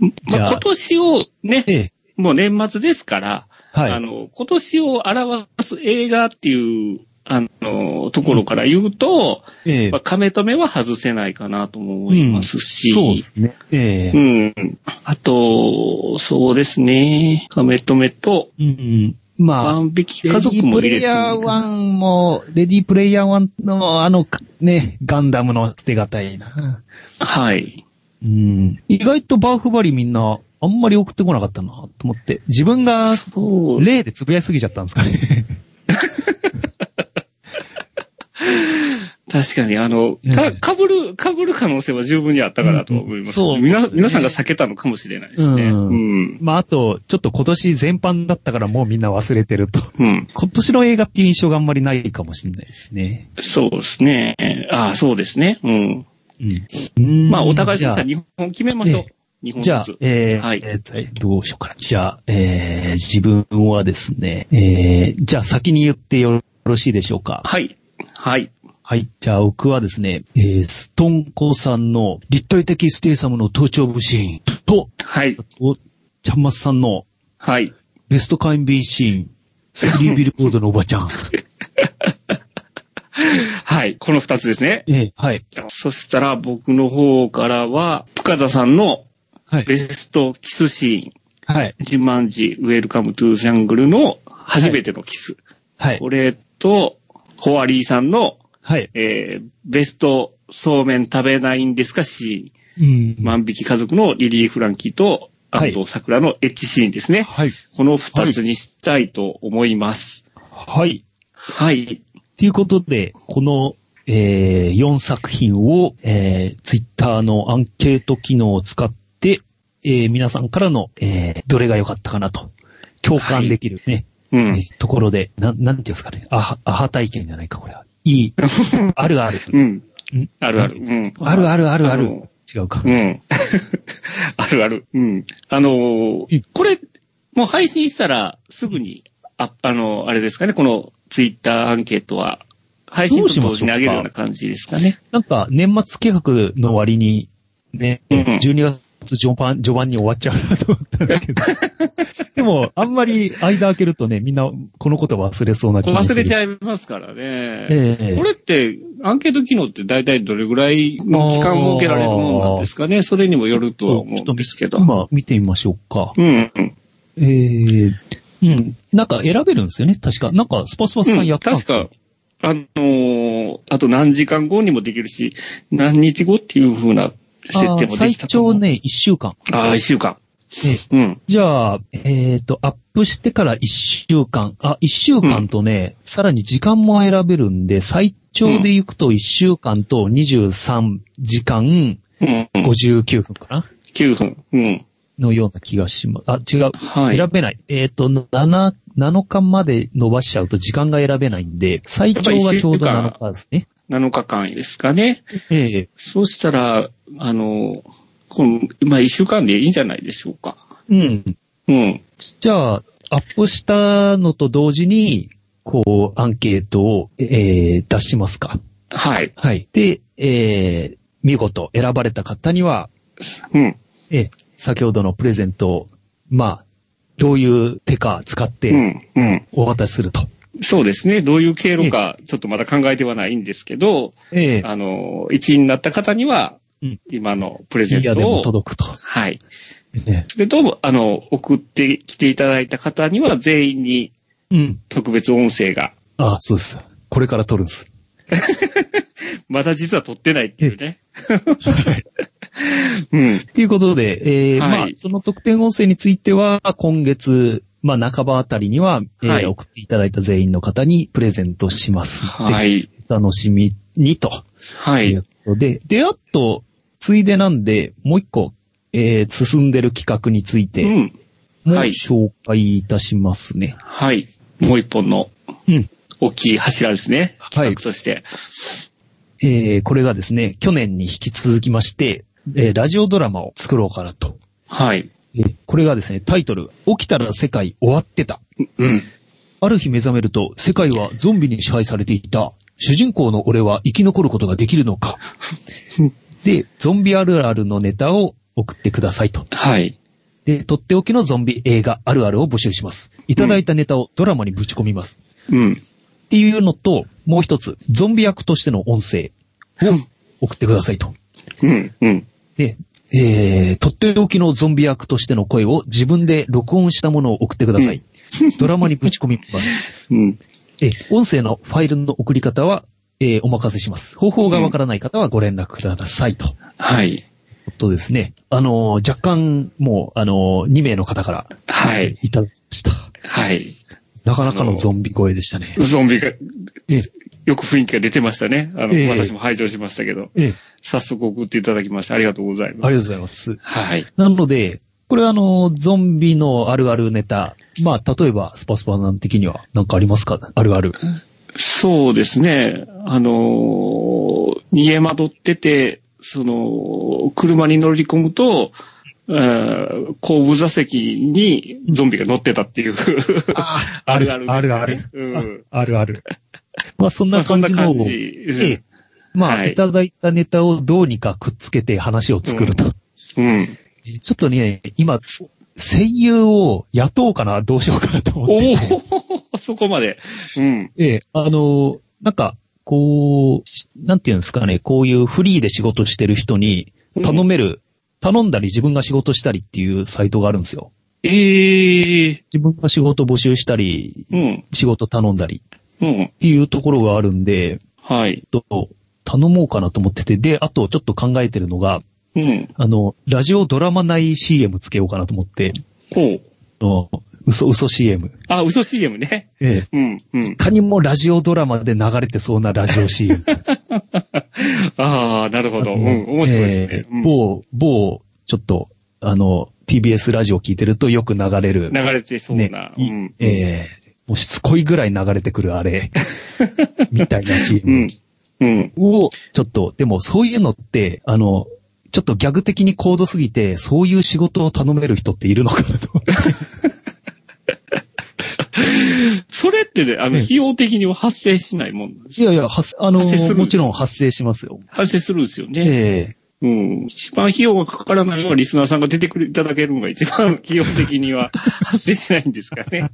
[SPEAKER 1] じゃ
[SPEAKER 2] ま
[SPEAKER 1] あ
[SPEAKER 2] あ、今年をね、
[SPEAKER 1] ええ、
[SPEAKER 2] もう年末ですから、
[SPEAKER 1] はい。
[SPEAKER 2] あの、今年を表す映画っていう、あの、ところから言うと、
[SPEAKER 1] ええ
[SPEAKER 2] まあ、亀止めは外せないかなとも思いますし、
[SPEAKER 1] そうですね。ええ
[SPEAKER 2] うん。あと、そうですね。亀止めと、
[SPEAKER 1] うん。まあ、
[SPEAKER 2] 万引き家族も入れ
[SPEAKER 1] レディープレイ
[SPEAKER 2] て
[SPEAKER 1] ヤー
[SPEAKER 2] もいい
[SPEAKER 1] 1も、レディープレイヤー1のあのね、ガンダムの捨てがたいな。
[SPEAKER 2] はい。
[SPEAKER 1] うん。意外とバーフバリみんな、あんまり送ってこなかったな、と思って。自分が、
[SPEAKER 2] そう。
[SPEAKER 1] 例で呟いすぎちゃったんですかね。
[SPEAKER 2] 確かに、あの
[SPEAKER 1] え、え
[SPEAKER 2] か、被る、被る可能性は十分にあったかなとは思います。
[SPEAKER 1] うんうんそう
[SPEAKER 2] み
[SPEAKER 1] で
[SPEAKER 2] な
[SPEAKER 1] すね
[SPEAKER 2] 皆さんが避けたのかもしれないですね。
[SPEAKER 1] う
[SPEAKER 2] うんん。うん。
[SPEAKER 1] まあ、あと、ちょっと今年全般だったからもうみんな忘れてると。今年の映画っていう印象があんまりないかもしれないですね。
[SPEAKER 2] そうですね。ああ、そうですね。うん。
[SPEAKER 1] うん。
[SPEAKER 2] まあ、お互い
[SPEAKER 1] じゃ
[SPEAKER 2] さ、
[SPEAKER 1] あ
[SPEAKER 2] 日本決めましょう
[SPEAKER 1] え。
[SPEAKER 2] 日本
[SPEAKER 1] じゃ
[SPEAKER 2] ず
[SPEAKER 1] あ
[SPEAKER 2] つ、。
[SPEAKER 1] えー
[SPEAKER 2] はい
[SPEAKER 1] えーとどうしようかな。じゃあ、えー自分はですね、えーじゃあ先に言ってよろしいでしょうか。
[SPEAKER 2] はい。はい。
[SPEAKER 1] はい。じゃあ、僕はですね、えーストンコさんの立体的ステイサムの頭頂部シーンと、
[SPEAKER 2] はい
[SPEAKER 1] あ。と、ちゃんまつさんの
[SPEAKER 2] はい。
[SPEAKER 1] ベストカインビーンシーン、スリービルボードのおばちゃん。
[SPEAKER 2] はい。この二つですね。
[SPEAKER 1] えーはい。
[SPEAKER 2] そしたら僕の方からは、深田さんの
[SPEAKER 1] はい。
[SPEAKER 2] ベストキスシ
[SPEAKER 1] はい。
[SPEAKER 2] ーン、ジマンジ、ウェルカムトゥージャングルの初めてのキス。
[SPEAKER 1] はい。
[SPEAKER 2] これと、ホアリーさんの、
[SPEAKER 1] はい。
[SPEAKER 2] えー、ベストそうめん食べないんですかシ
[SPEAKER 1] うん
[SPEAKER 2] ーン、万引き家族のリリー・フランキーと、
[SPEAKER 1] はい
[SPEAKER 2] 安藤桜のエッチシーンですね。
[SPEAKER 1] はい。
[SPEAKER 2] この二つにしたいと思います。
[SPEAKER 1] はい。
[SPEAKER 2] はい。
[SPEAKER 1] ということで、この、え4作品を、えー、ツイッターのアンケート機能を使って、えー皆さんからの、えーどれが良かったかなと、共感できるね、
[SPEAKER 2] うん。
[SPEAKER 1] えーところで、なん、なんていうんですかね、アハ、アハ体験じゃないか、これは。い い。あるある。
[SPEAKER 2] うん。
[SPEAKER 1] ん
[SPEAKER 2] あるある。うん。
[SPEAKER 1] あるあるあるあ
[SPEAKER 2] あ
[SPEAKER 1] る
[SPEAKER 2] の。
[SPEAKER 1] 違うか。
[SPEAKER 2] うん。 あるある。うん。あのーこれ、もう配信したらすぐに、あ、あのーあれですかね、このツイッターアンケートは、配信と同時に上げるような感じですかね。
[SPEAKER 1] なんか、年末計画の割に、ね、
[SPEAKER 2] うん
[SPEAKER 1] 12月序盤、序盤に終わっちゃうなと思ったんだ けど。でも、あんまり間開けるとね、みんなこのこと忘れそうな気がす
[SPEAKER 2] 忘
[SPEAKER 1] る。
[SPEAKER 2] れち
[SPEAKER 1] う。
[SPEAKER 2] ゃいますからね。
[SPEAKER 1] ええ
[SPEAKER 2] これって、アンケート機能って大体どれぐらいの期間を受けられるもんなんですかねそれにもよるとは思うんですけど。
[SPEAKER 1] 今見てみましょうか。
[SPEAKER 2] うん。うん
[SPEAKER 1] えー、うん。なんか選べるんですよね、確か。なんか、スパスパさんやったんです
[SPEAKER 2] 確
[SPEAKER 1] よ
[SPEAKER 2] か、あのーあと何時間後にもできるし、何日後っていう風な設
[SPEAKER 1] あ
[SPEAKER 2] 定
[SPEAKER 1] ー
[SPEAKER 2] もで
[SPEAKER 1] 最
[SPEAKER 2] きたと思う。
[SPEAKER 1] 長ね、1週間。
[SPEAKER 2] ああ、一週間。
[SPEAKER 1] ええ
[SPEAKER 2] うん。
[SPEAKER 1] じゃあ、えっ、と、アップしてから1週間。あ、1週間とね、さらに時間も選べるんで、最長で行くと1週間と23時間
[SPEAKER 2] うん。
[SPEAKER 1] 59分かな
[SPEAKER 2] 9分。うん。
[SPEAKER 1] のような気がします。あ、違う。
[SPEAKER 2] はい。
[SPEAKER 1] 選べない。えっ、と、7、7日まで伸ばしちゃうと時間が選べないんで、最長がちょうど
[SPEAKER 2] やっぱり一週間
[SPEAKER 1] 7日ですね。
[SPEAKER 2] 7日間ですかね。
[SPEAKER 1] ええ
[SPEAKER 2] そうしたら、あのーこの、まあ、1週間でいいんじゃないでしょうか。
[SPEAKER 1] うん。
[SPEAKER 2] うん。
[SPEAKER 1] じゃあ、アップしたのと同時に、こう、アンケートを、えー出しますか。
[SPEAKER 2] はい。
[SPEAKER 1] はい。で、えー、見事選ばれた方には、
[SPEAKER 2] うん。
[SPEAKER 1] えー先ほどのプレゼントを、まあ、どういう手か使っ
[SPEAKER 2] う
[SPEAKER 1] て
[SPEAKER 2] ん。うん。
[SPEAKER 1] お渡しすると。
[SPEAKER 2] そうですね。どういう経路か、ちょっとまだ考えてはないんですけど、
[SPEAKER 1] ええ
[SPEAKER 2] あのー、1位になった方には
[SPEAKER 1] うん、
[SPEAKER 2] 今のプレ
[SPEAKER 1] い
[SPEAKER 2] ゼン
[SPEAKER 1] や
[SPEAKER 2] ト
[SPEAKER 1] でも
[SPEAKER 2] を、
[SPEAKER 1] 届くと。
[SPEAKER 2] はい。
[SPEAKER 1] ね
[SPEAKER 2] それと、あの、送ってきていただいた方には、全員に
[SPEAKER 1] うん。
[SPEAKER 2] 特別音声が
[SPEAKER 1] あ、そうです。これから撮るんです。
[SPEAKER 2] まだ実は撮ってないっていうね。うん。
[SPEAKER 1] ということで、えー
[SPEAKER 2] はい
[SPEAKER 1] まあ、その特典音声については、今月、まあ、半ばあたりには、えー
[SPEAKER 2] はい
[SPEAKER 1] 送っていただいた全員の方にプレゼントします。
[SPEAKER 2] は
[SPEAKER 1] で
[SPEAKER 2] い。
[SPEAKER 1] お楽しみにと。
[SPEAKER 2] は
[SPEAKER 1] とい
[SPEAKER 2] い。
[SPEAKER 1] うことで、で、あと、ついでなんで、もう一個、えー進んでる企画についうて、
[SPEAKER 2] ん。
[SPEAKER 1] もう
[SPEAKER 2] はい
[SPEAKER 1] 紹介いたしますね。
[SPEAKER 2] はい。もう一本の
[SPEAKER 1] うん。
[SPEAKER 2] 大きい柱ですね。
[SPEAKER 1] はい
[SPEAKER 2] 企画として。
[SPEAKER 1] えーこれがですね、去年に引き続きまして、えーラジオドラマを作ろうかなと。
[SPEAKER 2] はい。
[SPEAKER 1] えーこれがですね、タイトル、起きたら世界終わってた。
[SPEAKER 2] うん。
[SPEAKER 1] ある日目覚めると、世界はゾンビに支配されていた。主人公の俺は生き残ることができるのか。で、ゾンビあるあるのネタを送ってくださいと。
[SPEAKER 2] はい。
[SPEAKER 1] で、とっておきのゾンビ映画あるあるを募集します。いただいたネタをドラマにぶち込みます。
[SPEAKER 2] うん。
[SPEAKER 1] っていうのと、もう一つ、ゾンビ役としての音声を送ってくださいと。
[SPEAKER 2] うん。うん。
[SPEAKER 1] で、えー、とっておきのゾンビ役としての声を自分で録音したものを送ってください。ドラマにぶち込みます。
[SPEAKER 2] うん。
[SPEAKER 1] え、音声のファイルの送り方は、えーお任せします。方法がわからない方はご連絡くださいと。
[SPEAKER 2] はい。
[SPEAKER 1] とですね。あのー若干、もう、あのー、2名の方から
[SPEAKER 2] はい。
[SPEAKER 1] いただきました。
[SPEAKER 2] はい。
[SPEAKER 1] なかなかのゾンビ声でしたね。
[SPEAKER 2] ゾンビが、
[SPEAKER 1] え、
[SPEAKER 2] よく雰囲気が出てましたね。あの、
[SPEAKER 1] ええ
[SPEAKER 2] 私も拝聴しましたけど。
[SPEAKER 1] え、
[SPEAKER 2] 早速送っていただきまして、ありがとうござ
[SPEAKER 1] あ
[SPEAKER 2] いま
[SPEAKER 1] りがと
[SPEAKER 2] す。
[SPEAKER 1] うございます。
[SPEAKER 2] はい。
[SPEAKER 1] なので、これはあのー、ゾンビのあるあるネタ。まあ、例えば、スパスパなん的にはなんかありますかあるある。
[SPEAKER 2] そうですね。あのー逃げ惑ってて、その、車に乗り込むと、えー後部座席にゾンビが乗ってたっていう。
[SPEAKER 1] あ
[SPEAKER 2] あるあるですね
[SPEAKER 1] あるある。
[SPEAKER 2] うん
[SPEAKER 1] あるある。まあ、そん
[SPEAKER 2] まあ
[SPEAKER 1] な
[SPEAKER 2] そん
[SPEAKER 1] 感じ
[SPEAKER 2] な
[SPEAKER 1] の
[SPEAKER 2] 感
[SPEAKER 1] を、
[SPEAKER 2] じです
[SPEAKER 1] ええ
[SPEAKER 2] ね。
[SPEAKER 1] まあ、
[SPEAKER 2] はい
[SPEAKER 1] い、ただいたネタをどうにかくっつけて話を作ると。
[SPEAKER 2] うん。
[SPEAKER 1] ちょっとね、今、声優を雇おうかな、どうしようかなと思
[SPEAKER 2] お
[SPEAKER 1] っていて。
[SPEAKER 2] お そこまで。うん。
[SPEAKER 1] ええ、あの、なんか、こう、しなんていうんですかね、こういうフリーで仕事してる人に頼める、頼んだり自分が仕事したりっていうサイトがあるんですよ。
[SPEAKER 2] ええ
[SPEAKER 1] 自分が仕事募集したり、
[SPEAKER 2] うん。
[SPEAKER 1] 仕事頼んだりっ
[SPEAKER 2] うん。
[SPEAKER 1] ていうところがあるんで、
[SPEAKER 2] はい。
[SPEAKER 1] ちょっと頼もうかなと思ってて、で、あとちょっと考えてるのが、
[SPEAKER 2] うん。
[SPEAKER 1] あの、ラジオドラマ内 CM つけようかなと思って、
[SPEAKER 2] こう。
[SPEAKER 1] あの嘘、嘘 CM。
[SPEAKER 2] あ、嘘 CM ね。
[SPEAKER 1] ええ。
[SPEAKER 2] うん。うん
[SPEAKER 1] い。かにもラジオドラマで流れてそうなラジオ CM。
[SPEAKER 2] あ あ、なるほど。うん。面白いで
[SPEAKER 1] え
[SPEAKER 2] す
[SPEAKER 1] え
[SPEAKER 2] ね。うん
[SPEAKER 1] 某、某、ちょっと、あの、TBS ラジオ聞いてるとよく流れる。
[SPEAKER 2] 流れてそうな。う
[SPEAKER 1] い
[SPEAKER 2] ん。
[SPEAKER 1] ええもうしつこいぐらい流れてくるあ れ。みたいな
[SPEAKER 2] う
[SPEAKER 1] CM
[SPEAKER 2] ん。うん。
[SPEAKER 1] を、ちょっと、でもそういうのって、あの、ちょっとギャグ的に高度すぎて、そういう仕事を頼める人っているのかなと。
[SPEAKER 2] それってね、あの、
[SPEAKER 1] ええ
[SPEAKER 2] 費用的には発生しないもんなんです
[SPEAKER 1] いやいや、発あの
[SPEAKER 2] 発生するんです、よ
[SPEAKER 1] もちろん発生しますよ。
[SPEAKER 2] 発生するんですよね。
[SPEAKER 1] ええ
[SPEAKER 2] うん。一番費用がかからないのはリスナーさんが出てくれいただけるのが 一番費用的には発生しないんですかね。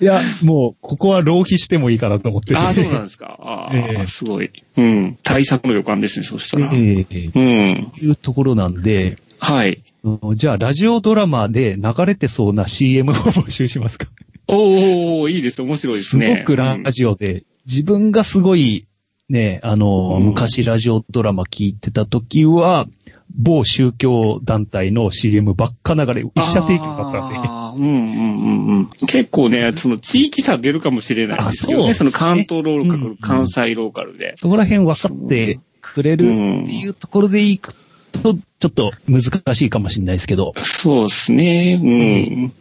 [SPEAKER 1] いや、もう、ここは浪費してもいいかなと思ってて
[SPEAKER 2] ああ、そうなんですか。ああ、
[SPEAKER 1] ええ
[SPEAKER 2] すごい。うん。対策の予感ですね、そしたら。
[SPEAKER 1] ええ
[SPEAKER 2] うん。
[SPEAKER 1] いうところなんで、
[SPEAKER 2] はい。
[SPEAKER 1] うんじゃあ、ラジオドラマで流れてそうな CM を募集しますか。
[SPEAKER 2] おー、いいです。面白いです
[SPEAKER 1] す
[SPEAKER 2] ね。
[SPEAKER 1] ごくラ
[SPEAKER 2] うん
[SPEAKER 1] ジオで、自分がすごい、ね、あの、
[SPEAKER 2] うん
[SPEAKER 1] 昔ラジオドラマ聞いてた時は、某宗教団体の CM ばっか流れ、一社提供だったんで。
[SPEAKER 2] あーうんうんうんうん。結構ね、その地域差出るかもしれないです
[SPEAKER 1] あそ
[SPEAKER 2] よ
[SPEAKER 1] う
[SPEAKER 2] ね。
[SPEAKER 1] で
[SPEAKER 2] そ
[SPEAKER 1] す
[SPEAKER 2] の関東ローカル、
[SPEAKER 1] うん
[SPEAKER 2] 関西ローカルで。
[SPEAKER 1] そこら辺分かってくれるっていうところでいくと、ちょっと難しいかもしれないですけど、
[SPEAKER 2] そうですね。うん。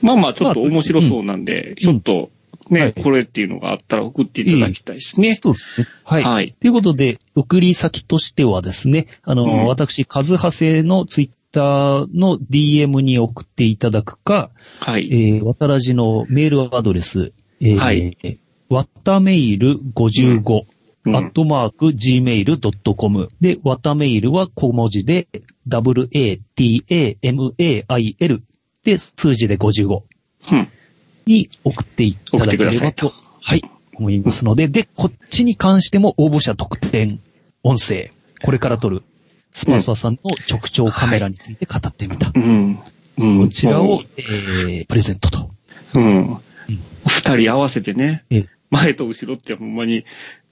[SPEAKER 2] まあまあ、ちょっと面白そうなんで、ひょっと、
[SPEAKER 1] は
[SPEAKER 2] ね、
[SPEAKER 1] い
[SPEAKER 2] これっていうのがあったら送っていただきたいですね。
[SPEAKER 1] そうですね。はい。
[SPEAKER 2] はい
[SPEAKER 1] ということで、送り先としてはですね、あの、
[SPEAKER 2] うん
[SPEAKER 1] 私、カズハセのツイッターの DM に送っていただくか、
[SPEAKER 2] は
[SPEAKER 1] え
[SPEAKER 2] い。
[SPEAKER 1] ー、わたらじのメールアドレス、えー、
[SPEAKER 2] はい。
[SPEAKER 1] わたメール55、
[SPEAKER 2] うん
[SPEAKER 1] アットマーク、gmail.com。で、わたメールは小文字で、watamail で、数字で55。
[SPEAKER 2] うん。
[SPEAKER 1] に送っていただけれ
[SPEAKER 2] 送ってくださ
[SPEAKER 1] ば
[SPEAKER 2] い
[SPEAKER 1] と
[SPEAKER 2] と、
[SPEAKER 1] はい、思いますので、で、こっちに関しても応募者特典、音声、これから撮る、スパスパさんの直腸カメラについて語ってみた。
[SPEAKER 2] うん。うん。
[SPEAKER 1] こちらを
[SPEAKER 2] も、
[SPEAKER 1] えー、プレゼントと。
[SPEAKER 2] う。うん。二人合わせてね、
[SPEAKER 1] ええ。
[SPEAKER 2] 前と後ろってほんまに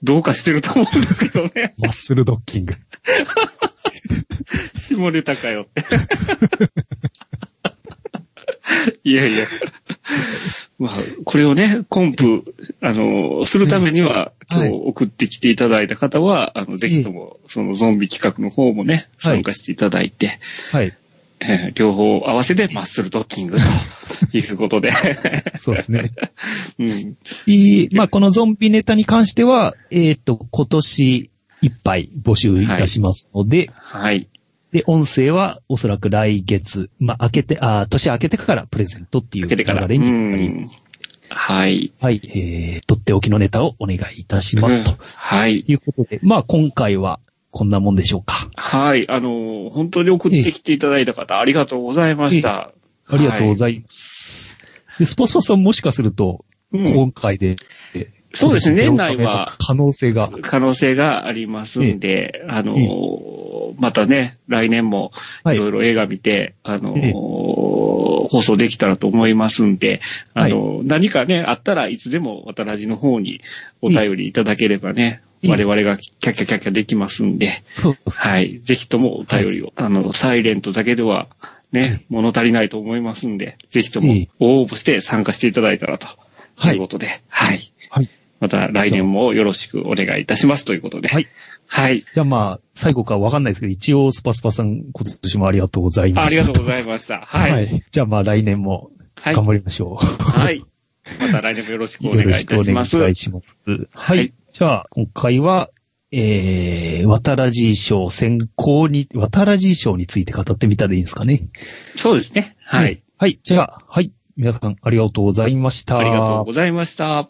[SPEAKER 2] どうかしてると思うんですけどね
[SPEAKER 1] マッスルドッキング。
[SPEAKER 2] 下ネタかよって。 いやいや。まあ、これをね、コンプ、あの、するためには、
[SPEAKER 1] はい
[SPEAKER 2] 今日送ってきていただいた方は、あの、ぜひとも、そのゾンビ企画の方もね、
[SPEAKER 1] はい
[SPEAKER 2] 参加していただいて、
[SPEAKER 1] はい。
[SPEAKER 2] えー両方合わせてマッスルドッキングというこ とで。
[SPEAKER 1] そうですね。
[SPEAKER 2] うん。
[SPEAKER 1] いいまあ、このゾンビネタに関しては、えっ、と、今年いっぱい募集いたしますので、
[SPEAKER 2] はい。
[SPEAKER 1] で、音声はおそらく来月、まあ、明けて、あー年明けてからプレゼントっていう
[SPEAKER 2] 開
[SPEAKER 1] 流
[SPEAKER 2] けてから。
[SPEAKER 1] れになり
[SPEAKER 2] う
[SPEAKER 1] ま
[SPEAKER 2] ん
[SPEAKER 1] す。
[SPEAKER 2] はい。
[SPEAKER 1] はい、えー、とっておきのネタをお願いいたします。
[SPEAKER 2] うん
[SPEAKER 1] と
[SPEAKER 2] はい。
[SPEAKER 1] いうことで、まあ、今回はこんなもんでしょうか。
[SPEAKER 2] はい。あの、本当に送ってきていただいた方、ありがとうございました。
[SPEAKER 1] ありがとうご
[SPEAKER 2] い
[SPEAKER 1] ざいます。で、スポスポさんもしかすると、
[SPEAKER 2] うん
[SPEAKER 1] 今回で、え
[SPEAKER 2] そうですね
[SPEAKER 1] 今年の手納め
[SPEAKER 2] 年内は
[SPEAKER 1] 可能性が。
[SPEAKER 2] 可能性がありますんで、あの、
[SPEAKER 1] え
[SPEAKER 2] またね、来年も
[SPEAKER 1] はい
[SPEAKER 2] いろいろ映画見て、あの、
[SPEAKER 1] ええ
[SPEAKER 2] 放送できたらと思いますんで、あの、何かね、あったらいつでも渡らじの方にお便りいただければね、
[SPEAKER 1] ええ
[SPEAKER 2] 我々がキャッキャキャッキャできますんで、
[SPEAKER 1] そうです
[SPEAKER 2] はい。ぜひともお便りを、あの、サイレントだけではね、物足りないと思いますんで、ぜひとも
[SPEAKER 1] ええ
[SPEAKER 2] 応募して参加していただいたらと。
[SPEAKER 1] はい
[SPEAKER 2] いうことで、はい。
[SPEAKER 1] はい。
[SPEAKER 2] また来年もよろしくお願いいたしますということで。
[SPEAKER 1] はい。
[SPEAKER 2] はい。
[SPEAKER 1] じゃあまあ、最後かわかんないですけど、一応スパスパさん今年もありがとうございます。
[SPEAKER 2] あありがとうございました。はい。
[SPEAKER 1] は
[SPEAKER 2] はい。
[SPEAKER 1] い。じゃあまあ来年も
[SPEAKER 2] はい
[SPEAKER 1] 頑張りましょう。
[SPEAKER 2] はい。また来年もよろしくお
[SPEAKER 1] よ
[SPEAKER 2] 願い
[SPEAKER 1] ろ
[SPEAKER 2] い
[SPEAKER 1] しく
[SPEAKER 2] た
[SPEAKER 1] お
[SPEAKER 2] し
[SPEAKER 1] 願
[SPEAKER 2] ま
[SPEAKER 1] い
[SPEAKER 2] す。
[SPEAKER 1] します。は
[SPEAKER 2] はいい。
[SPEAKER 1] じゃあ、今回は、えー、渡らじ賞選考に、渡らじ賞について語ってみたでいいんですかね。
[SPEAKER 2] そうですね。はい。
[SPEAKER 1] はい。じゃあ、はい。皆さんありがとうございました。
[SPEAKER 2] ありがとうございました。